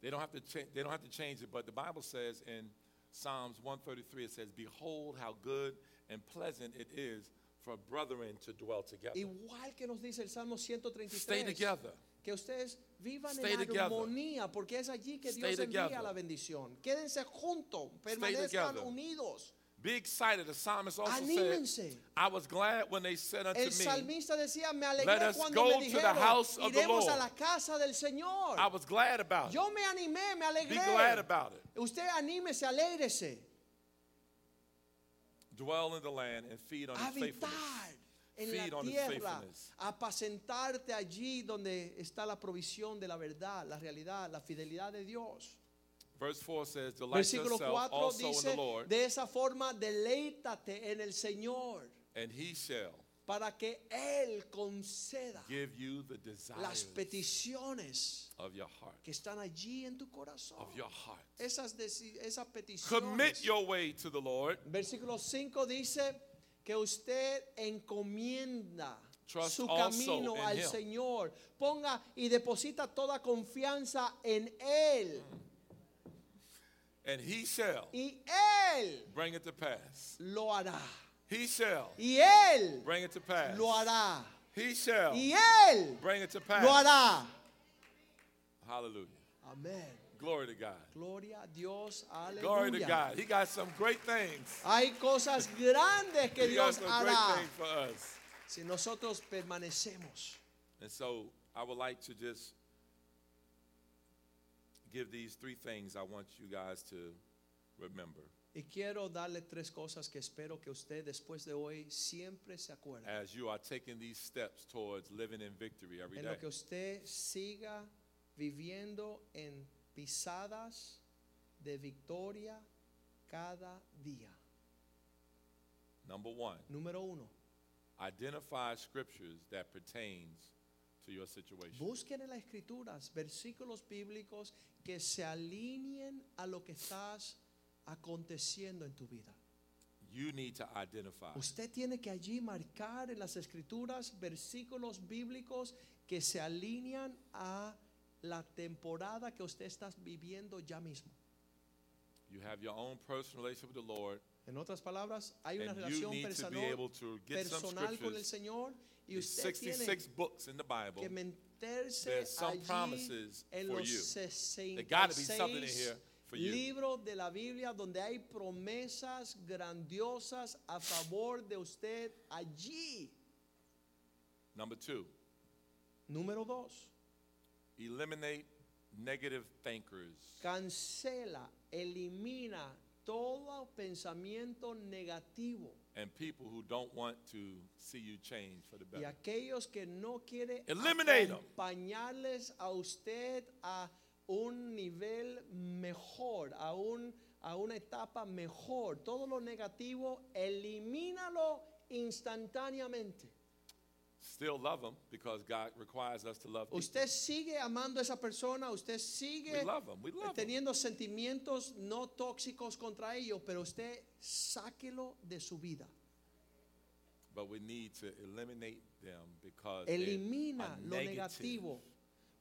B: They don't have to cha- they don't have to change it, but the Bible says in Psalms 133 it says, "Behold how good and pleasant it is for brethren to dwell together."
A: Igual que nos dice el Salmo
B: Stay
A: 133.
B: together.
A: que ustedes vivan
B: Stay
A: en
B: together.
A: armonía, porque es allí que
B: Stay
A: Dios envía
B: together.
A: la bendición. Quédense juntos, permanezcan
B: together.
A: unidos.
B: Be excited. The psalmist also
A: Anímense.
B: said, "I was glad when they said unto
A: El
B: me,
A: salmista decía, me
B: Let
A: alegré
B: us
A: cuando
B: go
A: me
B: to the
A: dijeron,
B: house of the
A: iremos a
B: Lord."
A: la casa del Señor.
B: I was glad about it.
A: Yo me animé, me
B: Be glad
A: alegré.
B: about it.
A: Usted anímese, alégrese.
B: Dwell in the land and feed on His faithfulness."
A: Habitar en
B: Feed
A: la
B: on his
A: tierra,
B: faithfulness.
A: apacentarte allí donde está la provisión de la verdad, la realidad, la fidelidad de Dios.
B: Verse 4 says, Delight
A: Versículo 4
B: yourself also in the
A: dice,
B: Lord,
A: de esa forma deleítate en el Señor
B: and He shall
A: para que Él conceda
B: give you the
A: las
B: desires
A: peticiones
B: of your heart.
A: que están allí en tu corazón.
B: Of your heart.
A: Esas, deci- esas peticiones.
B: Commit your way to the Lord.
A: Versículo 5 dice que usted encomienda
B: Trust
A: su
B: also
A: camino
B: in
A: al
B: him.
A: Señor. Ponga y deposita toda confianza en Él.
B: And he shall
A: Y Él
B: bring it to pass.
A: lo hará.
B: He shall
A: Y Él
B: bring it to pass.
A: lo hará.
B: He shall
A: Y Él
B: bring it to
A: lo
B: pass.
A: hará.
B: Hallelujah.
A: Amén.
B: Glory to God.
A: Gloria a Dios.
B: Glory to
A: Aleluya.
B: God. He got some great things.
A: Hay cosas grandes que
B: He got
A: Dios
B: some great
A: hará
B: things for us.
A: si nosotros permanecemos.
B: And so I would like to just give these three things I want you guys to remember
A: Y quiero darle tres cosas que espero que usted después de hoy siempre se acuerde.
B: as you are taking these steps towards living in victory every
A: En
B: day.
A: lo que usted siga viviendo en pisadas de victoria cada día.
B: Number one,
A: Número uno,
B: identify scriptures that pertains to your situation.
A: busquen en las escrituras versículos bíblicos que se alineen a lo que estás aconteciendo en tu vida.
B: You need to identify.
A: Usted tiene que allí marcar en las escrituras versículos bíblicos que se alinean a la temporada que usted está viviendo ya mismo.
B: You have your own personal relationship with the Lord,
A: En otras palabras, hay una
B: and you
A: relación
B: need to be able
A: personal,
B: to get some
A: personal con el
B: scriptures.
A: Señor y
B: There's
A: usted tiene
B: 66 books in the Bible.
A: que meterse
B: There's some
A: allí
B: promises
A: en
B: for
A: los
B: you. There gotta be something in
A: 66
B: here for you.
A: libros de la Biblia donde hay promesas grandiosas a favor de usted allí.
B: Number two,
A: Número dos.
B: eliminate negative thinkers.
A: cancela, elimina todo pensamiento negativo
B: and people who don't want to see you change for the
A: y
B: better.
A: aquellos que no quieren
B: Eliminate 'em.
A: acompañarles a usted a un nivel mejor, a, un, a una etapa mejor. Todo lo negativo, elimínalo instantáneamente.
B: Still love them because God requires us to love people.
A: Usted sigue amando a esa persona, usted sigue
B: We love 'em, we love 'em.
A: teniendo sentimientos no tóxicos contra ellos, pero usted sáquelo de su vida.
B: But we need to eliminate them because they
A: Elimina
B: are
A: lo
B: negative,
A: negativo,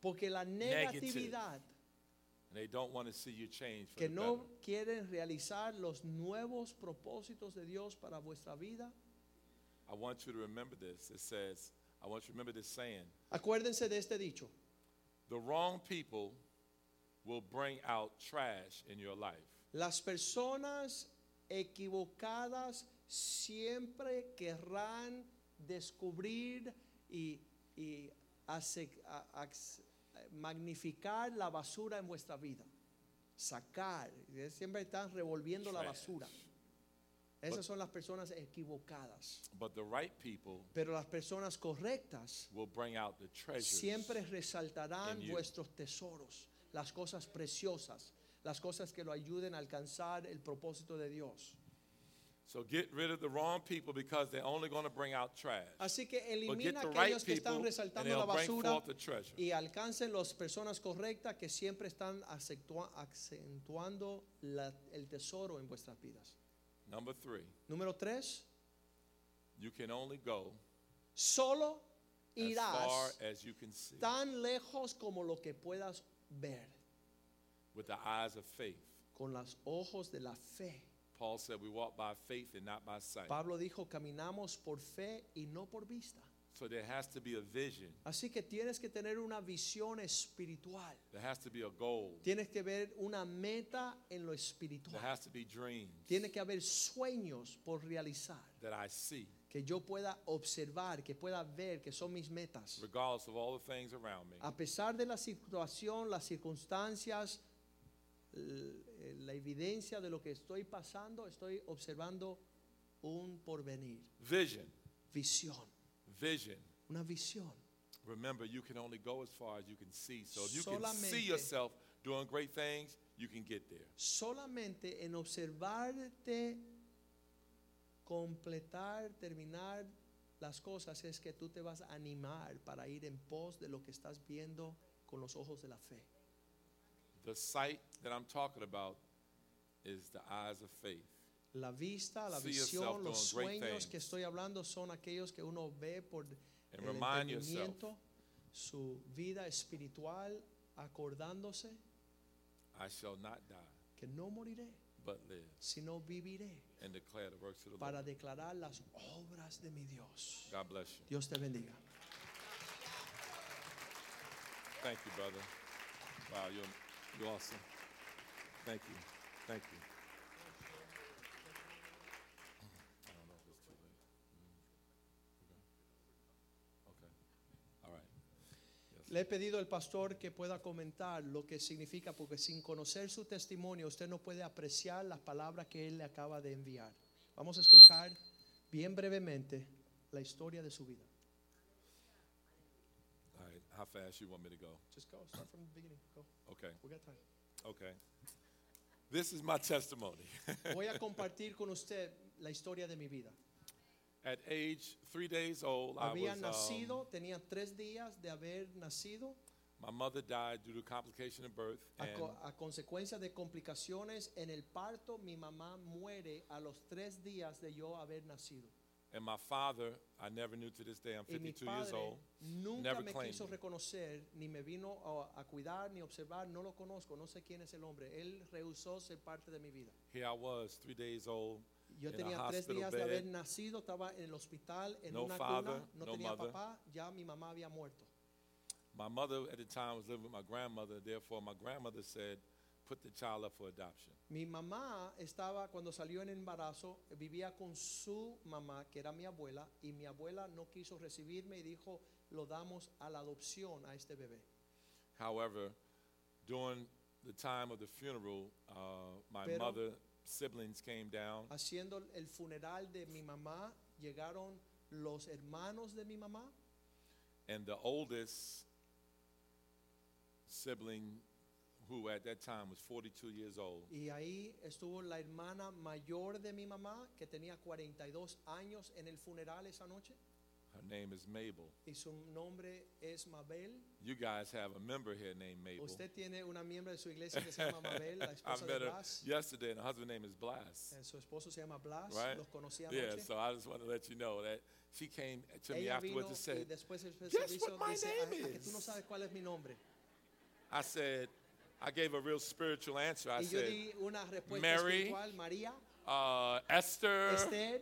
A: porque la
B: Negative.
A: negatividad
B: And they don't want to see you change for
A: que
B: the
A: no
B: better.
A: quieren realizar los nuevos propósitos de Dios para vuestra vida.
B: I want you to remember this. It says, I want you to remember this saying,
A: Acuérdense de este dicho,
B: the wrong people will bring out trash in your life.
A: las personas equivocadas siempre querrán descubrir y, y ace- a- ax- magnificar la basura en vuestra vida. Sacar, siempre están revolviendo la
B: Trash.
A: basura. Esas son las personas equivocadas.
B: But the right people
A: Pero las personas correctas
B: will bring out the treasures.
A: siempre resaltarán
B: in you.
A: vuestros tesoros, las cosas preciosas, las cosas que lo ayuden a alcanzar el propósito de Dios.
B: So get rid of the wrong people because they're only going to bring out trash.
A: Así que
B: But get
A: elimina
B: the
A: aquellos
B: right
A: que
B: people
A: están
B: and
A: resaltando la
B: they'll bring
A: basura
B: forth the treasure.
A: y alcancen las personas correctas que siempre están accentua- acentuando la- el tesoro en vuestras vidas.
B: Number three,
A: Número tres,
B: you can only go
A: solo
B: as far
A: irás
B: as you can see
A: tan lejos como lo que puedas ver
B: with the eyes of faith.
A: con los ojos de la fe.
B: Paul said, We walk by faith and not by sight.
A: Pablo dijo, caminamos por fe y no por vista.
B: So there has to be a vision,
A: Así que tienes que tener una visión espiritual.
B: there has to be a goal,
A: Tienes que ver una meta en lo espiritual.
B: there has to be dreams
A: Tiene que haber sueños por realizar,
B: that I see,
A: que yo pueda observar, que pueda ver, que son mis metas.
B: regardless of all the things around me.
A: A pesar de la situación, las circunstancias, l- eh, la evidencia de lo que estoy pasando, estoy observando un porvenir,
B: Vision,
A: visión,
B: vision.
A: una visión.
B: Remember, you can only go as far as you can see. So if you can
A: Solamente-
B: see yourself doing great things, you can get there.
A: Solamente en observarte, completar, terminar las cosas es que tú te vas a animar para ir en pos de lo que estás viendo con los ojos de la fe.
B: The sight that I'm talking about is the eyes of faith.
A: La vista, la
B: See yourself
A: visión, los
B: doing great
A: sueños
B: things.
A: que estoy hablando son aquellos que uno ve por el
B: remind
A: entendimiento, su vida espiritual, acordándose
B: I shall not die,
A: que no moriré,
B: but live
A: sino viviré
B: and declare the works of the Lord.
A: para declarar las obras de mi Dios.
B: God bless you.
A: Dios te bendiga.
B: Thank you, brother. Wow, you're, you're awesome. Thank you. Thank you. I don't know if it's too late. Mm. Okay. Okay. All right.
A: Le he pedido al pastor que pueda comentar lo que significa, porque sin conocer su testimonio usted no puede apreciar las palabras que él le acaba de enviar. Vamos a escuchar bien brevemente la historia de su vida.
B: All right. How fast you want me to go?
A: Just go, start from the beginning. Go.
B: Okay.
A: We got time.
B: Okay. This is my testimony.
A: Voy a compartir con usted la historia de mi vida.
B: At age three days old, I
A: Había
B: was. um,
A: nacido, tenía tres días de haber nacido
B: my mother died due to complication of birth, and
A: a, Ah, co- a consecuencia de complicaciones en el parto. Mi mamá muere a los tres días de yo haber nacido.
B: and my father, I never knew to this day. I'm
A: Y mi
B: 52 years
A: padre
B: old.
A: nunca
B: never
A: me
B: claimed
A: quiso
B: me.
A: reconocer, ni me vino a, a cuidar, ni observar. No lo conozco, no sé quién es el hombre. Él rehusó ser parte de mi vida.
B: Here I was, three days old.
A: Yo
B: in a
A: tenía tres
B: hospital
A: días de
B: bed.
A: haber nacido, estaba en el hospital, en
B: No
A: una
B: father,
A: cuna, no,
B: no
A: tenía
B: mother.
A: papá, ya mi mamá había muerto.
B: My mother at the time was living with my grandmother. Therefore, my grandmother said, "Put the child up for adoption."
A: Mi mamá estaba, cuando salió en embarazo, vivía con su mamá, que era mi abuela, y mi abuela no quiso recibirme y dijo, lo damos a la adopción a este bebé.
B: However, during the time of the funeral, uh, my
A: Pero-
B: mother siblings came down,
A: Haciendo el funeral de mi mamá, llegaron los hermanos de mi mamá.
B: and the oldest sibling, who at that time was 42 years old,
A: Y ahí estuvo la hermana mayor de mi mamá, que tenía 42 años en el funeral esa noche.
B: her name is Mabel.
A: Y su nombre es Mabel.
B: You guys have a member here named Mabel.
A: Usted tiene una miembro de su iglesia que se llama Mabel, la
B: I
A: esposa de
B: met her
A: Blas.
B: yesterday, and her husband name is Blas.
A: Eh, Su esposo se llama Blas.
B: Right?
A: Los conocí
B: Yeah,
A: anoche.
B: so I just want to let you know that she came to me
A: Ella
B: afterwards
A: vino
B: and
A: y
B: said,
A: después el
B: "Guess
A: servicio
B: what my
A: dice,
B: name
A: "Ah, ah, que tú no
B: is."
A: sabes cuál es mi nombre.
B: I said, I gave a real spiritual answer. I
A: y yo
B: said,
A: di una respuesta
B: Mary,
A: espiritual, María,
B: uh, Esther,
A: Esther,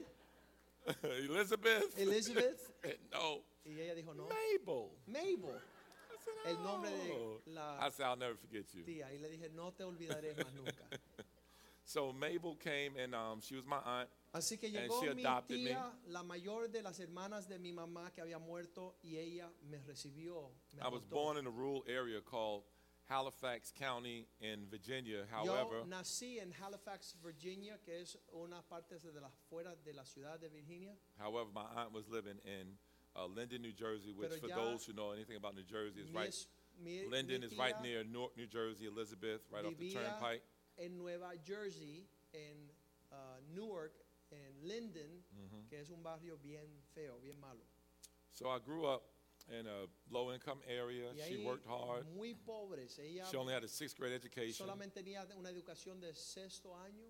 B: Elizabeth.
A: Elizabeth.
B: no,
A: y ella dijo, no,
B: Mabel.
A: Mabel,
B: I said,
A: El nombre de
B: "Oh."
A: la-
B: I said, I'll never forget you.
A: tía. Y le dije, no te olvidaré más nunca.
B: So Mabel came, and um, she was my aunt.
A: Así que
B: And
A: llegó
B: she
A: mi
B: adopted me.
A: tía, la mayor de las hermanas de mi mamá que había muerto, y ella me recibió. Me
B: I was
A: adoptó.
B: born in a rural area called Halifax County in Virginia. However,
A: Yo nací en Halifax, Virginia, que es una parte de las fueras de la ciudad de Virginia.
B: however, my aunt was living in uh, Linden, New Jersey, which
A: Pero
B: for
A: ya-
B: those who know anything about New Jersey is
A: Mi
B: right.
A: es- mi-
B: Linden
A: mi
B: is right
A: tía
B: near Newark, New Jersey, Elizabeth, right off the
A: vivía
B: turnpike.
A: En Nueva Jersey, en uh, Newark, en Linden,
B: Mm-hmm.
A: que es un barrio bien feo, bien malo.
B: So I grew up in a low income area.
A: Y
B: She
A: ahí,
B: worked hard.
A: muy pobres. Ella
B: She only had a sixth grade education.
A: solamente tenía una educación de sexto año,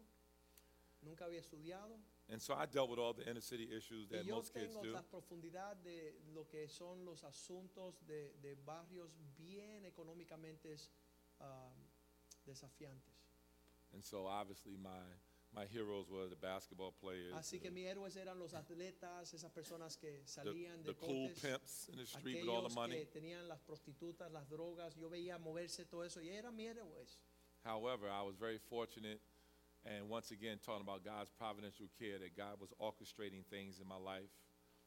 A: nunca había estudiado.
B: And so I dealt with all the inner city issues that
A: Y yo
B: most kids
A: tengo
B: do.
A: la profundidad de lo que son los asuntos de, de barrios bien económicamente ah, desafiantes.
B: And so obviously my my heroes were the basketball players,
A: Así que
B: the,
A: mis héroes eran los atletas, esas personas que
B: the,
A: salían
B: the
A: de
B: cool pimps in the street with all the
A: aquellos que
B: money.
A: tenían las prostitutas, las drogas, yo veía moverse todo eso y eran mis héroes.
B: However, I was very fortunate, and once again, talking about God's providential care, that God was orchestrating things in my life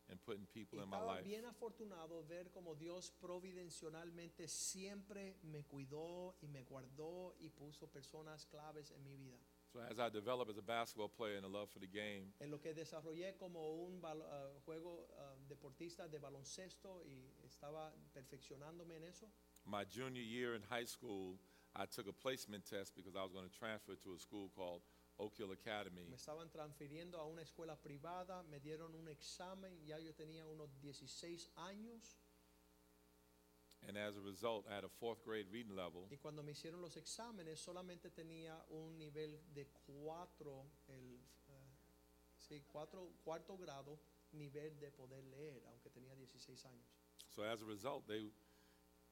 B: and putting
A: Y
B: people in my
A: estaba
B: life.
A: bien afortunado ver como Dios providencialmente siempre me cuidó y me guardó y puso personas claves en mi vida.
B: So as I developed as a basketball player and a love for the game,
A: En lo que desarrollé como un bal- ah, juego ah, deportista de baloncesto y estaba perfeccionándome en eso.
B: my junior year in high school, I took a placement test because I was going to transfer to a school called Oak Hill Academy.
A: Me estaban transfiriendo a una escuela privada, me dieron un examen, ya yo tenía unos 16 años
B: And as a result, I had a fourth grade reading level.
A: y cuando me hicieron los exámenes solamente tenía un nivel de 4, el eh, sí, cuatro- cuarto grado, nivel de poder leer, aunque tenía 16 años.
B: So as a result, they,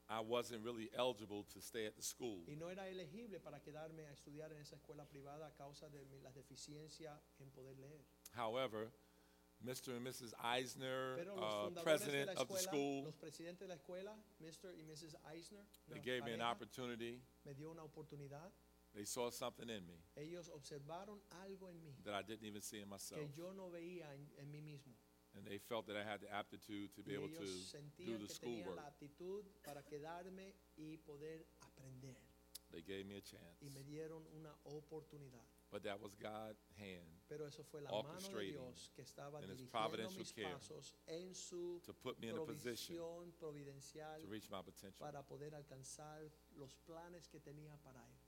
B: I wasn't really eligible to stay at the school.
A: Y no era elegible para quedarme a estudiar en esa escuela privada a causa de mi- la deficiencia en poder leer.
B: However, Mr. and Mrs. Eisner,
A: Pero los
B: uh,
A: fundadores de
B: president
A: la
B: of the
A: escuela,
B: school,
A: los presidentes de la escuela, Mr. y Mrs. Eisner,
B: they
A: la
B: gave me an
A: pareja,
B: opportunity.
A: me dio una oportunidad.
B: They saw something in me
A: Ellos observaron algo en mí
B: that I didn't even see in myself.
A: que yo no veía en, en mí mismo.
B: And they felt that I had the aptitude to be
A: y
B: able
A: ellos
B: to do
A: sentían
B: the
A: que tenía
B: schoolwork.
A: la aptitud para quedarme y poder aprender.
B: They gave me a
A: Y me
B: chance.
A: dieron una oportunidad.
B: But that was God's hand
A: Pero eso fue la mano de
B: Orchestrating
A: Dios que estaba
B: in his
A: dirigiendo
B: providential
A: mis
B: care
A: pasos en su
B: to put me in a position
A: provisión providencial
B: to reach my potential.
A: para poder alcanzar los planes que tenía para él.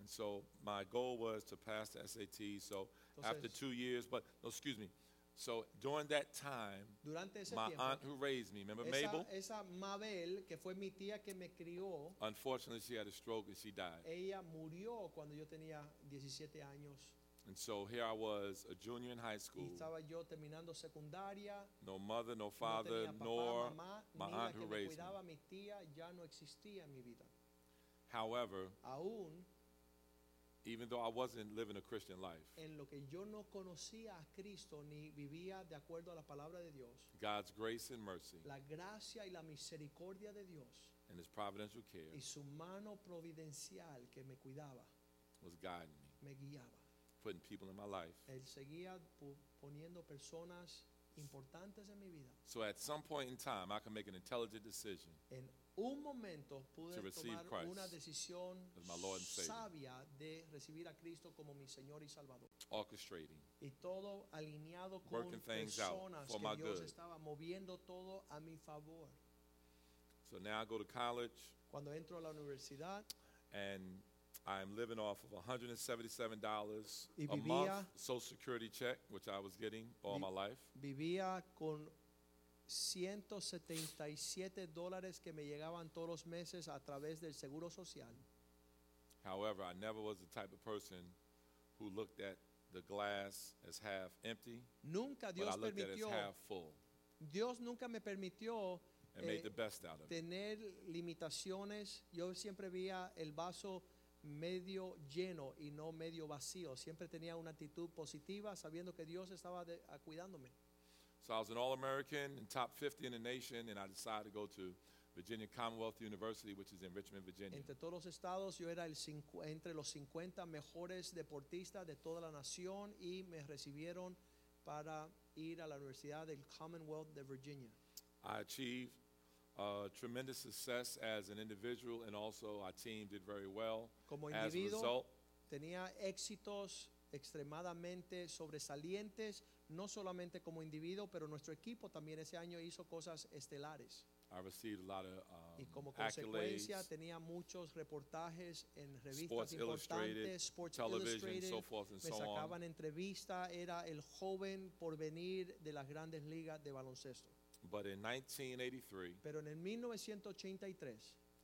B: And so my goal was to pass the SAT. So after
A: Entonces-
B: two years, but no, excuse me. So during that time,
A: Durante ese
B: my
A: tiempo,
B: aunt who raised me, remember
A: esa,
B: Mabel?
A: esa Mabel, que fue mi tía que me crió,
B: Unfortunately, she had a stroke and she died.
A: ella murió cuando yo tenía 17 años.
B: And so here I was, a junior in high
A: Y
B: school,
A: estaba yo terminando secundaria.
B: no mother, no
A: no
B: father,
A: tenía papá,
B: nor
A: mamá,
B: my
A: ni la
B: aunt
A: que
B: who
A: me
B: raised me.
A: cuidaba, mi tía, ya no existía en mi vida.
B: However,
A: Aún
B: even though I wasn't living a Christian life,
A: en lo que yo no conocía a Cristo ni vivía de acuerdo a la palabra de Dios,
B: God's grace and mercy
A: la gracia y la misericordia de Dios
B: and His providential care
A: y su mano providencial que me cuidaba,
B: was guiding me,
A: me guiaba.
B: putting people in my life.
A: Él seguía pu- poniendo personas importantes en mi vida.
B: So at some point in time, I could make an intelligent decision.
A: En un momento pude
B: To receive
A: tomar
B: Christ
A: una decisión
B: as my Lord and Savior.
A: sabia de recibir a Cristo como mi Señor y Salvador.
B: orchestrating.
A: Y todo alineado con
B: Working things out
A: personas
B: for
A: que
B: my
A: Dios
B: good.
A: estaba moviendo todo a mi favor.
B: So now I go to college
A: Cuando entro a la universidad
B: and I'm living off of $177
A: Y
B: a
A: vivía-
B: month social security check, which I was getting all
A: Vi-
B: my life.
A: vivía con 177 dólares que me llegaban todos los meses a través del Seguro Social.
B: However, I never was the type of person who looked at the glass as half empty,
A: Nunca
B: but I
A: Dios
B: looked at it as
A: permitió
B: half full
A: Dios nunca me permitió
B: and made
A: eh,
B: the best out of it.
A: tener limitaciones. Yo siempre veía el vaso medio lleno y no medio vacío. Siempre tenía una actitud positiva sabiendo que Dios estaba de- a- cuidándome.
B: So I was an All American and top 50 in the nation, and I decided to go to Virginia Commonwealth University, which is in Richmond, Virginia.
A: Entre todos los estados yo era el cincu- entre los 50 mejores deportistas de toda la nación y me recibieron para ir a la Universidad del Commonwealth de Virginia.
B: I achieved uh, tremendous success as an individual, and also our team did very well.
A: Como
B: as a
A: individuo,
B: result,
A: tenía éxitos extremadamente sobresalientes, no solamente como individuo, pero nuestro equipo también ese año hizo cosas estelares.
B: I received a lot of
A: Y
B: um,
A: como consecuencia
B: accolades,
A: tenía muchos reportajes en revistas
B: Sports Illustrated,
A: importantes, Sports
B: television,
A: Illustrated,
B: so forth and
A: me
B: so on.
A: sacaban entrevista, era el joven porvenir de las grandes ligas de baloncesto.
B: But in 1983,
A: Pero en el 1983,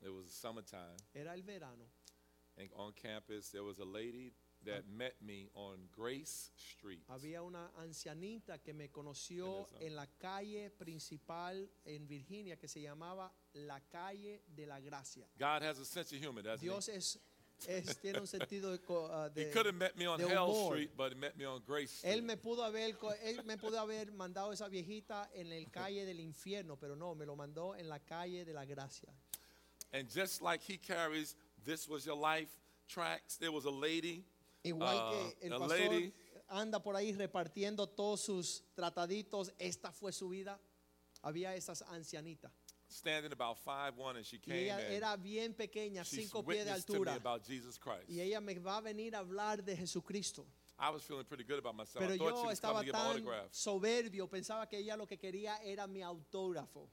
B: it was summertime,
A: era el verano,
B: and on campus there was a lady that met me on Grace Street.
A: Ah. Había una ancianita que me conoció
B: Vanessa.
A: en la calle principal en Virginia que se llamaba la calle de la gracia.
B: God has a sense of humor, doesn't
A: Dios es, es- tiene un sentido de, co- ah,
B: he? He
A: de-
B: could have met me on
A: de
B: Hell
A: humor.
B: Street, but he met me on Grace Street.
A: él me pudo haber co- él me pudo haber mandado esa viejita en el calle del infierno, pero no, me lo mandó en la calle de la gracia.
B: And just like he carries this was your life tracks, there was a lady,
A: Igual
B: uh,
A: que el
B: a
A: pastor
B: lady
A: anda por ahí repartiendo todos sus trataditos, esta fue su vida. Había esas ancianitas.
B: standing about five one, and she
A: Y
B: came
A: ella
B: and
A: era bien pequeña,
B: she
A: cinco pies de
B: witnessed to me
A: altura.
B: about Jesus Christ.
A: Y ella me va a venir a hablar de Jesucristo.
B: I was feeling pretty good about myself.
A: Pero
B: I thought she
A: yo
B: was coming
A: estaba
B: to get my
A: tan
B: autograph,
A: soberbio, pensaba que ella lo que quería era mi autógrafo.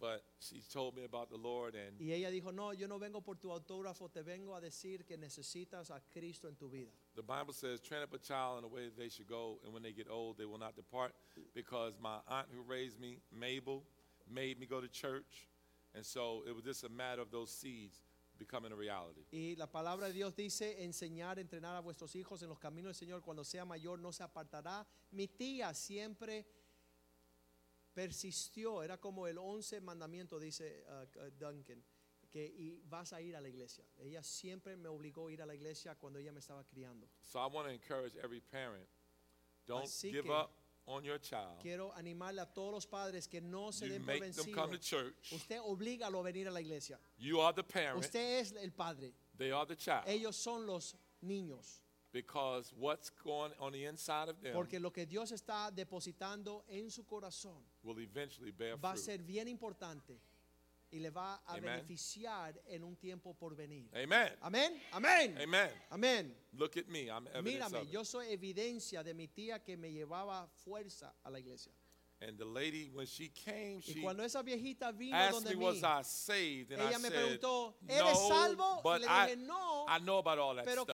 B: but she told me about the Lord, and
A: Y ella dijo, no, yo no vengo por tu autógrafo, te vengo a decir que necesitas a Cristo en tu vida.
B: the Bible says, "Train up a child in the way that they should go, and when they get old, they will not depart." Because my aunt who raised me, Mabel, made me go to church, and so it was just a matter of those seeds becoming a reality.
A: Y la palabra de Dios dice, enseñar, entrenar a vuestros hijos en los caminos del Señor, cuando sea mayor no se apartará. Mi tía siempre persistió, era como el once mandamiento, dice uh, uh, Duncan, que y vas a ir a la iglesia. Ella siempre me obligó a ir a la iglesia cuando ella me estaba criando.
B: So I want to encourage every parent don't
A: Así
B: give
A: que-
B: up on your child.
A: Quiero animarle a todos los padres que no se
B: Oh. You
A: den por
B: make them come to
A: vencidos.
B: church.
A: Usted obligalo a venir a la iglesia.
B: You are the parent,
A: Usted es el padre.
B: they are the child.
A: Ellos son los niños.
B: Because what's going on the inside of them
A: Porque lo que Dios está depositando en su corazón
B: will eventually bear
A: va a
B: fruit.
A: ser bien importante y le va a
B: Amen.
A: beneficiar en un tiempo por venir.
B: Amen.
A: Amén, amén,
B: Amen.
A: amén.
B: Look at me. I'm evidence
A: Mírame,
B: of it.
A: yo soy evidencia de mi tía que me llevaba fuerza a la iglesia.
B: And the lady, when she came,
A: Y
B: she
A: cuando esa viejita vino
B: asked
A: donde
B: me,
A: mí,
B: was I saved? And I
A: ella me
B: said,
A: preguntó, ¿eres
B: no,
A: salvo? Y
B: but
A: le
B: I,
A: dije, no,
B: I know about all that
A: pero
B: stuff.